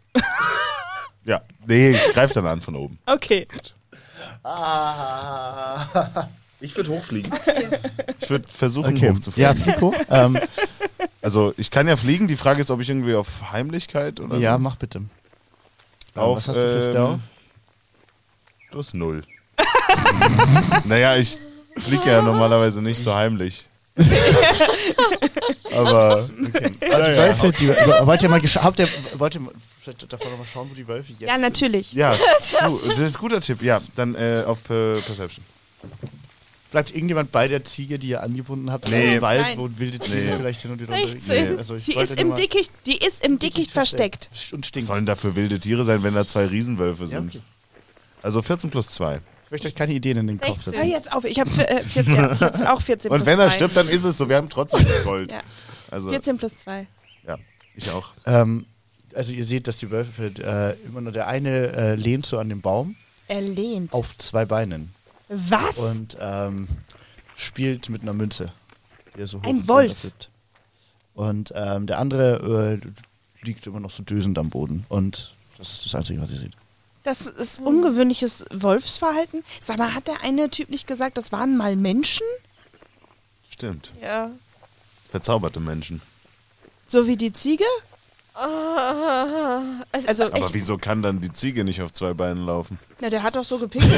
ja, nee, ich greif dann an von oben. Okay. Ich würde hochfliegen. Ich würde versuchen Okay. Ja, hochzufliegen. flieg hoch. ähm, Also ich kann ja fliegen. Die Frage ist, ob ich irgendwie auf Heimlichkeit oder ja, so. mach bitte. Auf, Was hast du für ähm, Stealth? Plus null. naja, ich fliege ja normalerweise nicht so heimlich. Aber Ah, Also die Wölfe, die, die, wollt ihr mal gesch- habt ihr, wollt ihr mal- vielleicht davor noch mal schauen, wo die Wölfe jetzt Ja, natürlich. ja, du, das ist ein guter Tipp. Ja, dann äh, auf Per- Perception. sind? Bleibt irgendjemand bei der Ziege, die ihr angebunden habt? Nee. Im Wald, Nein. wo wilde Tiere Nee. vielleicht hin und wieder 16. Nee, Also ich Die wollte ist nur im mal- Dickicht, die ist im Dickicht versteckt. Und Was stinkt. sollen da für wilde Tiere sein, wenn da zwei Riesenwölfe Ja, sind? okay. Also 14 plus 2. Ich möchte euch keine Ideen in den Kopf 16. Hör setzen. Ah, jetzt auf, ich habe äh, 14, ja, ich hab auch 14 Und plus wenn er zwei. stirbt, dann ist es so. Wir haben trotzdem das Gold. Ja. Also, 14 plus 2. ja, ich auch. Ähm, also ihr seht, dass die Wölfe äh, immer nur der eine äh, lehnt so an den Baum Er lehnt. auf zwei Beinen Was? und ähm, spielt mit einer Münze. die er so hoch Ein und Wolf. runter flippt. Und ähm, der andere äh, liegt immer noch so dösend am Boden. Und das ist das Einzige, was ihr seht. Das ist ungewöhnliches Wolfsverhalten. Sag mal, hat der eine Typ nicht gesagt, das waren mal Menschen? Stimmt. Ja. Verzauberte Menschen. So wie die Ziege? Ah, Also, Also, Aber ich, wieso kann dann die Ziege nicht auf zwei Beinen laufen? na, der hat doch so gepinkelt.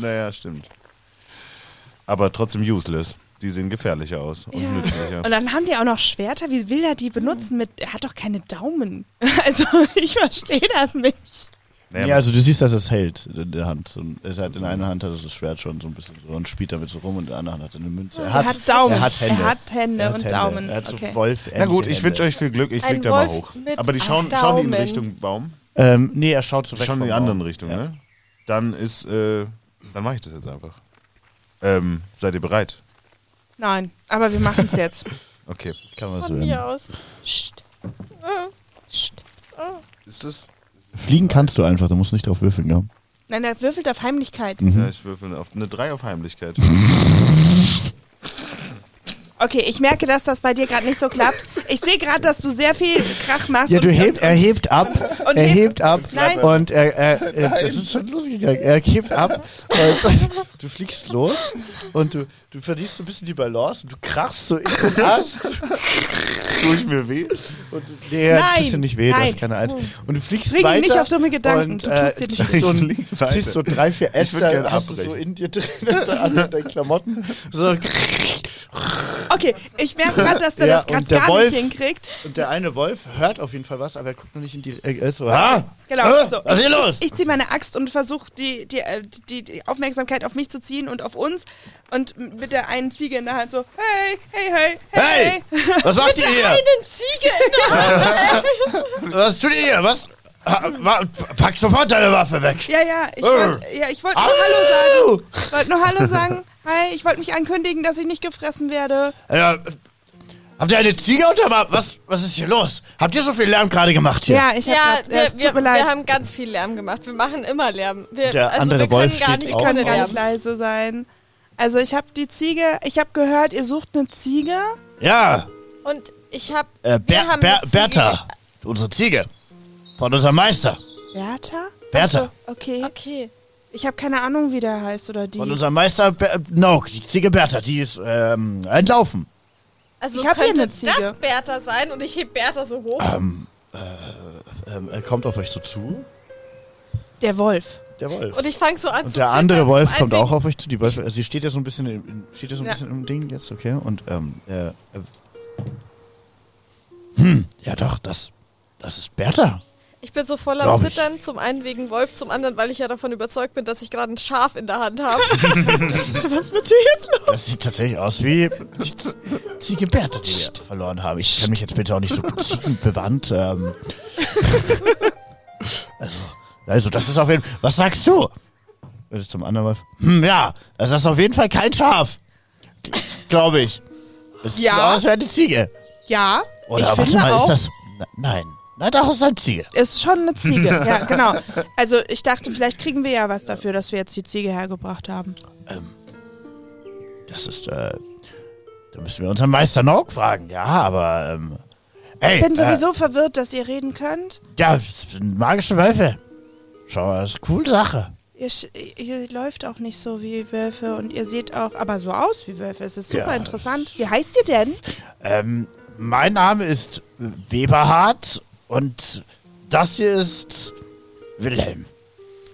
Naja, stimmt. Aber trotzdem useless. Die sehen gefährlicher aus und Ja. nützlicher. Und dann haben die auch noch Schwerter. Wie will er die benutzen? Mit, er hat doch keine Daumen. Also, ich verstehe das nicht. Naja, ja, also du siehst, dass er es hält in der Hand. Und er hat in einer Hand hat er das Schwert schon so ein bisschen so und spielt damit so rum und in der anderen hat er eine Münze. Er Er hat Daumen. Er hat Hände. Er hat Hände Er hat und Hände. Daumen. Er hat so Okay. Wolf na gut, ich wünsche euch viel Glück. Ich Ein flieg da mal Wolf hoch. mit Aber die schauen, Daumen. schauen die in Richtung Baum. Ähm, nee, er schaut so Die weg schauen in die vom Baum. anderen Richtung, Ja. ne? Dann ist, äh, dann mache ich das jetzt einfach. Ähm, seid ihr bereit? Nein, aber wir machen es jetzt. Okay. Das kann man so von hören. mir aus. Psst. Psst. Ist das? Fliegen kannst du einfach, du musst nicht drauf würfeln, ja. Nein, der würfelt auf Heimlichkeit. Mhm. Ja, ich würfel auf eine 3 auf Heimlichkeit. Okay, ich merke, dass das bei dir gerade nicht so klappt. Ich sehe gerade, dass du sehr viel Krach machst. Ja, du und- hebt, er hebt ab, Und er hebt- hebt ab Nein. und er, er, er das ist schon losgegangen. Er hebt ab und du fliegst los und du, du verlierst so ein bisschen die Balance und du krachst so in den Ast Tue ich mir weh? und nee, Nein. tust dir nicht weh, das Nein. ist keine Eins. Und du fliegst Bring weiter mich nicht auf dumme Gedanken, und du äh, tust dir nicht ziehst, so weh. ein, Ich flieg weiter. ziehst so drei, vier gerne Äste hast du so abbrechen. in dir drin, also in deinen Klamotten. So, Okay, ich merke gerade, dass der Ja, das gerade und der gar Wolf- nicht hinkriegt. und der eine Wolf hört auf jeden Fall was, aber er guckt noch nicht in die... Äh, so, ah, Genau. äh, so. Was ist hier los? Ich ziehe meine Axt und versuche die, die, äh, die, die Aufmerksamkeit auf mich zu ziehen und auf uns. Und mit der einen Ziege in der Hand so, hey, hey, hey, hey. Hey, was macht ihr hier? Eine Ziege in der Hand. Was tut ihr hier? Was? Ha, wa- pack sofort deine Waffe weg. Ja, ja, ich Äh. wollte ja, ich wollt nur Hallo sagen. Au! Ich wollte nur Hallo sagen. Hi, ich wollte mich ankündigen, dass ich nicht gefressen werde. Ja, habt ihr eine Ziege unter was, was ist hier los? Habt ihr so viel Lärm gerade gemacht hier? Ja, ich Ja, hab grad, äh, es wir, tut wir, mir leid. wir haben ganz viel Lärm gemacht. Wir machen immer Lärm. Wir, Der also andere wir Wolf können gar steht nicht auch ohne können gar nicht Lärm. leise sein. Also ich habe die Ziege, ich habe gehört, ihr sucht eine Ziege. Ja, Und ich hab, äh, Ber wir haben Ber eine Ziege- Bertha, unsere Ziege. Von unserem Meister. Bertha? Bertha, Okay. Okay. Ich habe keine Ahnung, wie der heißt oder die. von unserem Meister Be No, die Ziege Bertha, die ist ähm, entlaufen. Also Ich hab hier könnte eine Ziege. das Bertha sein und ich heb Bertha so hoch. Ähm, er kommt auf euch so zu. Der Wolf. Der Wolf. Und ich fange so an Und zu der zittern, andere zum Wolf kommt einen auch auf euch zu. Die Wolf, also sie steht ja so ein bisschen, im- im, steht ja so ein Ja. bisschen im Ding jetzt, okay? Und ähm, äh, äh, hm, ja doch, das, das ist Bertha. Ich bin so voll am Glaub ich. Zittern, zum einen wegen Wolf, zum anderen, weil ich ja davon überzeugt bin, dass ich gerade ein Schaf in der Hand habe. Was mit dir jetzt los? Das sieht tatsächlich aus wie die Z- Ziege Bertha, die wir verloren haben. Ich kann mich jetzt bitte auch nicht so mit Ziegen bewandt. Ähm. Also, also das ist auf jeden Fall. Was sagst du? Also Zum anderen Wolf. Hm, ja, also das ist auf jeden Fall kein Schaf. Glaube ich. Es sieht Ja. aus wie eine Ziege. Ja. Oder ich warte finde mal, auch, ist das. Na, nein. Nein, doch, ist ein Ziege. ist schon eine Ziege. ja, genau. Also ich dachte, vielleicht kriegen wir ja was dafür, dass wir jetzt die Ziege hergebracht haben. Das ist, äh. Da müssen wir unseren Meister Nog fragen. Ja, aber, ähm. Ey, Ich bin äh, sowieso verwirrt, dass ihr reden könnt. ja, es sind magische Wölfe. Schau mal, das ist eine coole Sache. Ihr, sch- ihr läuft auch nicht so wie Wölfe und ihr seht auch aber so aus wie Wölfe. Es ist super Ja. interessant. Wie heißt ihr denn? Ähm, mein Name ist Weberhard und das hier ist Wilhelm.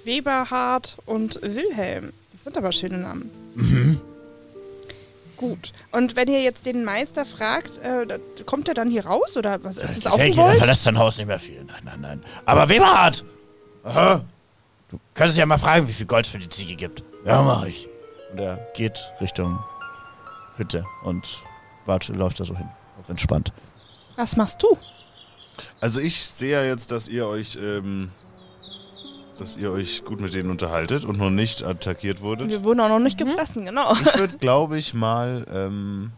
Weberhard und Wilhelm. Das sind aber schöne Namen. Gut. Und wenn ihr jetzt den Meister fragt, äh, da- kommt er dann hier raus oder was? Ist das auch ein Felki, der Wolf? verlässt sein Haus nicht mehr viel. Nein, nein, nein. Aber Weberhard! Aha. Du könntest ja mal fragen, wie viel Gold es für die Ziege gibt. Ja, mach ich. Und er geht Richtung Hütte und Bart läuft da so hin. Auf entspannt. Was machst du? Also ich sehe ja jetzt, dass ihr euch, ähm, dass ihr euch gut mit denen unterhaltet und noch nicht attackiert wurdet. Wir wurden auch noch nicht Mhm. gefressen, genau. Ich würde, glaube ich, mal, ähm,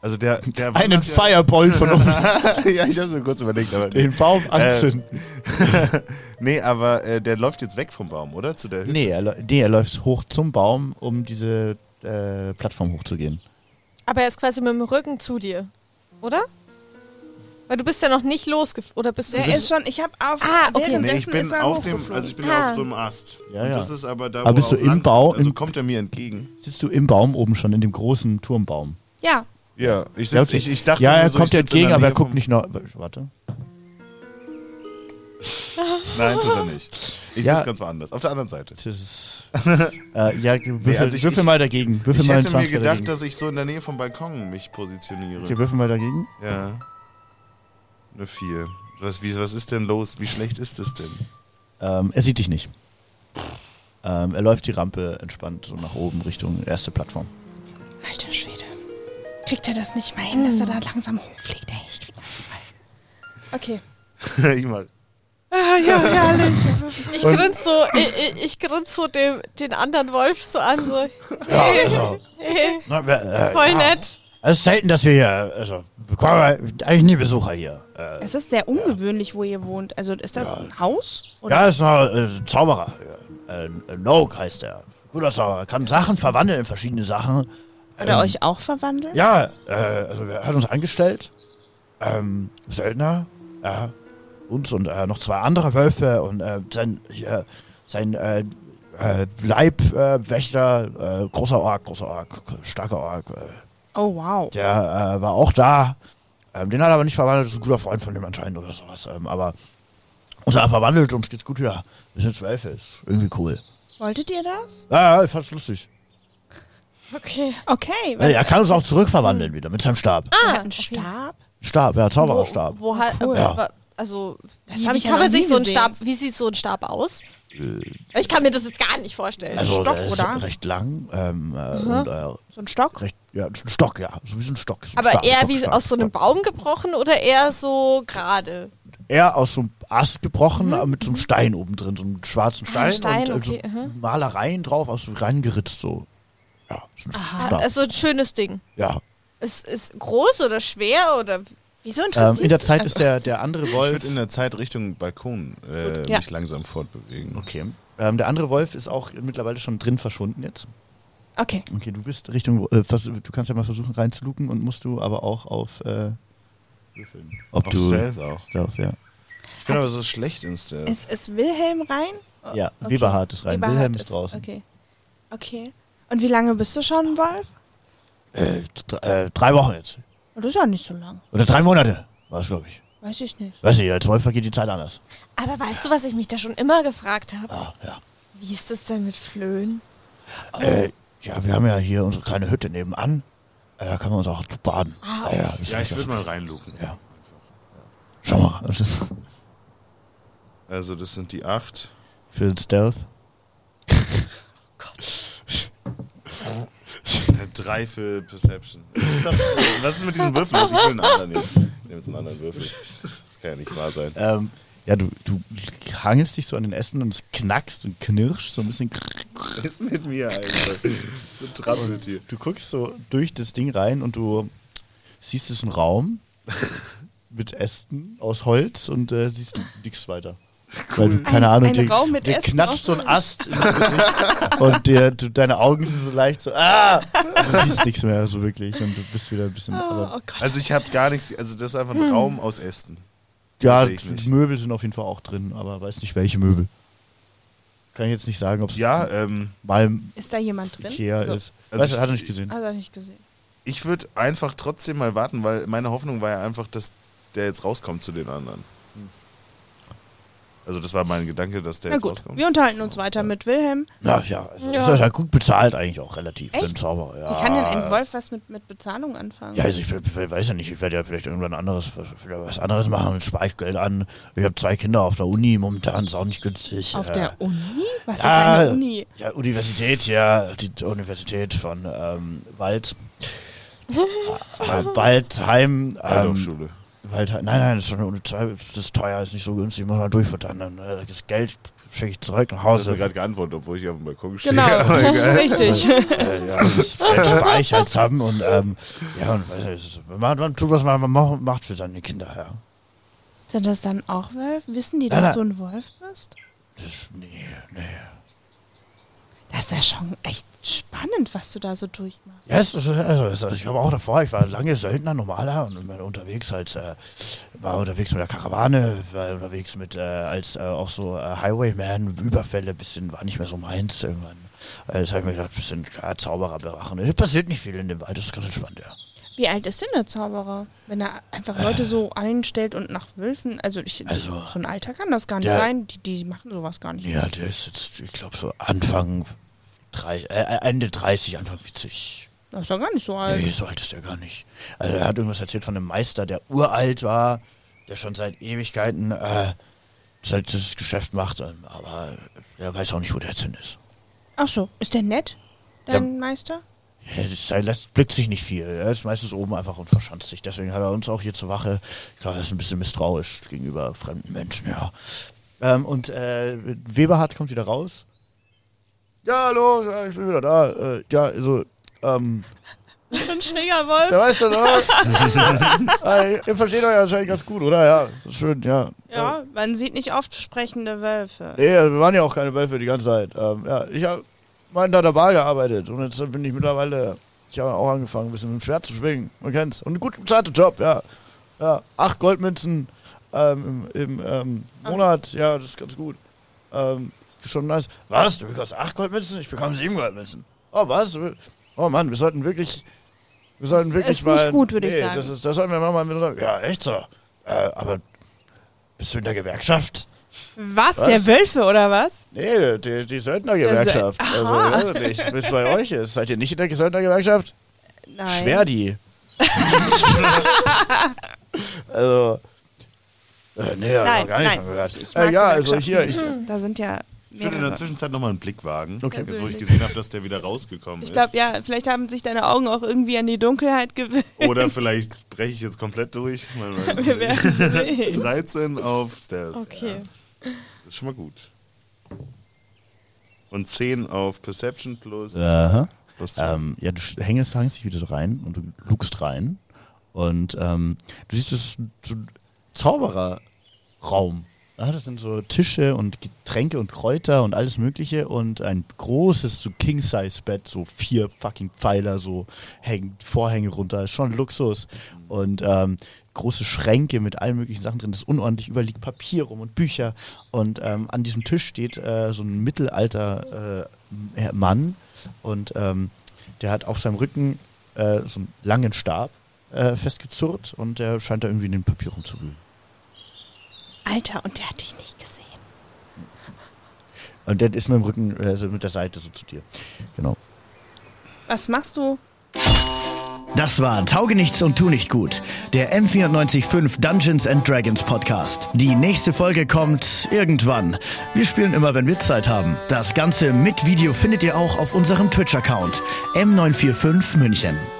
also der, der Einen wandert Fireball von oben ja, ja, ich habe schon kurz überlegt, aber Äh, den Baum Äh, anzünden. nee, aber äh, der läuft jetzt weg vom Baum, oder? Zu der Hütte. Nee, er, lä- nee, er läuft hoch zum Baum, um diese äh, Plattform hochzugehen. Aber er ist quasi mit dem Rücken zu dir, oder? Weil du bist ja noch nicht losgeflogen. Oder bist du. Der ist schon, ich habe auf. Ah, okay. währenddessen Nee, ich bin ist er auf dem, hochgeflogen. also ich bin Ah. auf so einem Ast. Ja, Und ja. Das ist aber da, Aber wo bist er du auch im lang- Bau- Also im- kommt er mir entgegen. Sitzt du im Baum oben schon, in dem großen Turmbaum? ja, Ja, ich, sitz, Ja, okay. ich, ich dachte, ja, er nur so, kommt ich dir sitz in entgegen, der aber er Nähe guckt vom- nicht nach. Warte. Nein, tut er nicht. Ich Ja. sitze ganz woanders, auf der anderen Seite. Das ist. äh, ja, würfel, also ich- würfel ich- mal dagegen. Würfel Ich mal einen hätte mir 20er gedacht, dagegen. dass ich so in der Nähe vom Balkon mich positioniere. Okay, würfel mal dagegen. Ja. Eine 4. Was, wie, was ist denn los? Wie schlecht ist es denn? Ähm, er sieht dich nicht. Ähm, er läuft die Rampe entspannt so nach oben Richtung erste Plattform. Alter Schwede. Kriegt er das nicht mal hin, dass er Hm. da langsam hochfliegt? Ey, ich krieg das nicht mal. Okay. ich mal. Ah, ja, herrlich. Ich grinse so, ich, ich, ich grinse so dem, den anderen Wolf so an, so. Ja, also. Na, äh, äh, Voll ja. nett. Es ist selten, dass wir hier. Also, wir bekommen eigentlich nie Besucher hier. Äh, Es ist sehr ungewöhnlich, wo ihr wohnt. Also ist das ein Haus? Ja, ist ein äh, Zauberer. Äh, äh, Noak heißt er. Guter Zauberer. Kann Sachen verwandeln in verschiedene Sachen. Hat er euch auch verwandelt? Ja, äh, also er hat uns angestellt. Ähm, Söldner. Ja. Uns und äh, noch zwei andere Wölfe und äh, sein, hier, sein äh, äh, Leibwächter, äh, Wächter, äh, großer Ork, großer Ork, starker Ork. Äh, Oh, wow. der äh, war auch da. Ähm, den hat er aber nicht verwandelt. Das ist ein guter Freund von dem anscheinend oder sowas. Ähm, aber uns hat er verwandelt, uns geht's gut hier. Wir sind Zwölfe, ist irgendwie cool. Wolltet ihr das? Ja, ja, ich fand's lustig. Okay. Okay. Ey, er kann uns auch zurückverwandeln wieder mit seinem Stab. er hat einen Stab. Stab, ja, Zaubererstab. Wo, wo halt, Cool. äh, Ja. wa- Also, wie, hab wie ich ja kann noch man sich nie so ein gesehen. Stab, wie sieht so ein Stab aus? Äh, Ich kann mir das jetzt gar nicht vorstellen. Also, Stock, der ist oder? recht lang ähm, äh, Mhm. und äh, So ein Stock? recht, ja, ein Stock, ja, so wie so ein Stock. So ein Aber Stab, eher Stock, wie Stab, aus so einem Stock. Baum gebrochen oder eher so gerade? Eher aus so einem Ast gebrochen, aber mit so einem Stein oben drin, so einem schwarzen Mhm. Ah, ein Stein, Stein, und äh, so okay, mhm. aha. Malereien drauf, aus so reingeritzt so. Ja, so ein Stab. Also ein schönes Ding. ja. Ist, ist groß oder schwer oder Wieso Ähm, interessiert in der Zeit also, ist der, der andere Ich Wolf. würde in der Zeit Richtung Balkon äh, Ja. mich langsam fortbewegen. Okay. Ähm, der andere Wolf ist auch mittlerweile schon drin verschwunden jetzt. Okay. Okay, du bist Richtung. Äh, vers- du kannst ja mal versuchen reinzulucken und musst du aber auch auf. Äh, ob Auf du. Stealth auch. Stealth, ja. Ich bin aber so schlecht in Stealth. Ist, ist Wilhelm rein? Oh, Ja, Weberhard ist rein, Wilhelm ist draußen. Okay. Okay. Und wie lange bist du schon, Wolf? Äh, dr- äh, drei Wochen jetzt. Das ist ja nicht so lang. Oder drei Monate war es, glaube ich. Weiß ich nicht. Weiß nicht, als Wolf vergeht die Zeit anders. Aber weißt du, was ich mich da schon immer gefragt habe? Ah, ja. Wie ist das denn mit Flöhen? Äh, ja, wir haben ja hier unsere kleine Hütte nebenan. Äh, da kann man uns auch baden. Ah, ja, ist Ja, ich ganz würde okay. mal reinluken. Ja. Schau mal. das ist Also, das sind die acht. Für den Stealth. Eine drei für Perception. Das ist doch- Was ist mit diesem Würfel? los? Ich will einen anderen nehmen. Ich nehme jetzt einen anderen Würfel. Das kann ja nicht wahr sein. Ähm, ja, du, du hangelst dich so an den Essen und es knackst und knirschst so ein bisschen. Was ist mit mir, Alter? So ein Trampeltier. Du guckst so durch das Ding rein und du siehst es ist ein Raum mit Ästen aus Holz und äh, siehst nichts weiter. Weil du, keine Ein- Ahnung, ein dir, Raum mit dir Ästen knatscht aus so ein Ast ins Gesicht und dir, du, deine Augen sind so leicht so, ah! Du siehst nichts mehr so wirklich und du bist wieder ein bisschen. Ah, aber, Oh Gott. Also, ich habe gar nichts. Also, das ist einfach Hm. ein Raum aus Ästen. ja, seh ich nicht. Möbel sind auf jeden Fall auch drin, aber weiß nicht welche Möbel. Kann ich jetzt nicht sagen, ob es Ja, ähm, mal Ist da jemand drin? Ikea So. ist. Also weißt du, ich- hat er nicht gesehen. Also nicht gesehen. ich würde einfach trotzdem mal warten, weil meine Hoffnung war ja einfach, dass der jetzt rauskommt zu den anderen. Also, das war mein Gedanke, dass der Na jetzt gut, rauskommt. wir unterhalten uns weiter mit Wilhelm. Na ja, also Ja. ist halt gut bezahlt eigentlich auch relativ für Echt? einen Zauberer. Ja. Wie kann denn ein Wolf was mit, mit Bezahlung anfangen? Ja, also ich, we- weiß ja nicht, ich werde ja vielleicht irgendwann anderes, wieder was anderes machen und spare ich Geld an. Ich habe zwei Kinder auf der Uni, momentan ist auch nicht günstig. Auf äh, der Uni? Was ist ja, eine Uni? Ja, oh Universität, ja, die Universität von ähm, Wald. äh, Waldheim. Ähm, Waldorfschule. Wald, nein, nein, das ist, schon eine, Uni- das ist teuer, ist nicht so günstig, muss man durchverteilen. Dann, äh, Das Geld schicke ich zurück nach Hast du Hause. mir gerade geantwortet, obwohl ich auf dem Balkon stehe. Genau, Aber egal. richtig. äh, ja, das Geld spare ich halt haben und ähm, ja, und weiß nicht, es ist- man, man tut, was man ma- macht für seine Kinder, ja. Sind das dann auch Wölfe? Wissen die, Nein, dass du nein. ein Wolf bist? Das, nee, nee. Das ist ja schon echt spannend, was du da so durchmachst. Ja, es, ist- also, es, also ich habe auch davor, ich war lange Söldner, normaler und war unterwegs als äh, war unterwegs mit der Karawane, war unterwegs mit äh, als äh, auch so äh, Highwayman, Überfälle, bisschen war nicht mehr so meins irgendwann. Äh, das habe ich mir gedacht, bisschen ja, Zauberer bewachen. Äh, Passiert nicht viel in dem Wald, das ist ganz entspannt, ja. Wie alt ist denn der Zauberer? Wenn er einfach Leute so einstellt und nach Wölfen. Also, ich, Also, so ein Alter kann das gar nicht der- sein. Die, die machen sowas gar nicht. Ja, der ist jetzt, ich glaube, so Anfang drei, äh, Ende 30, Anfang 40. Das ist doch gar nicht so alt. Nee, so alt ist der gar nicht. Also er hat irgendwas erzählt von einem Meister, der uralt war, der schon seit Ewigkeiten äh, seit das Geschäft macht, ähm, aber er weiß auch nicht, wo der jetzt hin ist. Ach so, ist der nett, dein Meister? Er ist- er lässt, blickt sich nicht viel. Er ist meistens oben einfach und verschanzt sich. Deswegen hat er uns auch hier zur Wache. Klar, er ist ein bisschen misstrauisch gegenüber fremden Menschen, ja. Ähm, und äh, Weberhard kommt wieder raus. Ja, hallo, ja, ich bin wieder da. Äh, ja, also, ähm, So ein schräger Wolf. Der weiß das, oder? ja, ihr- ihr versteht euch anscheinend ganz gut, oder? Ja, ist schön, ja. Ja, man sieht nicht oft sprechende Wölfe. Nee, also wir waren ja auch keine Wölfe die ganze Zeit. Ähm, ja, ich habe meinen da der Bar gearbeitet und jetzt bin ich mittlerweile, ich habe auch angefangen, ein bisschen mit dem Schwert zu schwingen. Man kennt's. Und ein gut bezahlter Job, ja. Ja, acht Goldmünzen ähm, im, im ähm, Monat, ja, das ist ganz gut. Ähm, schon nice. Was? Du bekommst acht Goldmünzen? Ich bekomme sieben Goldmünzen. Oh, was? Oh Mann, wir sollten wirklich. Wir sollten wirklich ist mal. nicht gut, würde ich sagen. Das, ist, das sollten wir mal mit unserem. Ja, echt so. Äh, aber bist du in der Gewerkschaft? Was, Was? der Wölfe oder was? Nee, die, die Söldnergewerkschaft. Also- Also, Aha. also nicht. Bis bei euch ist. Seid ihr nicht in der Söldnergewerkschaft? Nein. Schwerdi. also. Äh, nee, hab ich Nein, noch gar nicht nein. von gehört. mag Äh, ja, also hier. Ich, Gewerkschaften. Hm, da sind ja Ich würde in der mehrere. Zwischenzeit nochmal einen Blick wagen. Okay. Jetzt, wo ich gesehen habe, dass der wieder rausgekommen Ich ist. glaube, ja, vielleicht haben sich deine Augen auch irgendwie an die Dunkelheit gewöhnt. Oder vielleicht breche ich jetzt komplett durch. Man weiß es Wir nicht. werden sehen. 13 auf Stealth. Okay. Ja, das ist schon mal gut. Und 10 auf Perception plus. Aha. plus zehn. Ähm, ja, du sch- hängst, hängst dich wieder so rein und du lugst rein. Und ähm, du siehst, das ist so ein Zaubererraum. Ah, das sind so Tische und Getränke und Kräuter und alles Mögliche und ein großes, so King-Size-Bett, so vier fucking Pfeiler, so hängen Vorhänge runter, ist schon Luxus. Und ähm, große Schränke mit allen möglichen Sachen drin, das ist unordentlich, überliegt Papier rum und Bücher. Und ähm, an diesem Tisch steht äh, so ein mittelalter äh, Mann und ähm, der hat auf seinem Rücken äh, so einen langen Stab äh, festgezurrt und der scheint da irgendwie in den Papier rumzuwühlen. Alter, und der hat dich nicht gesehen. Und der ist mit dem Rücken, also mit der Seite so zu dir. Genau. Was machst du? Das war Tauge nichts und tu nicht gut, der M945 Dungeons and Dragons Podcast. Die nächste Folge kommt irgendwann. Wir spielen immer, wenn wir Zeit haben. Das Ganze mit Video findet ihr auch auf unserem Twitch-Account M945 München.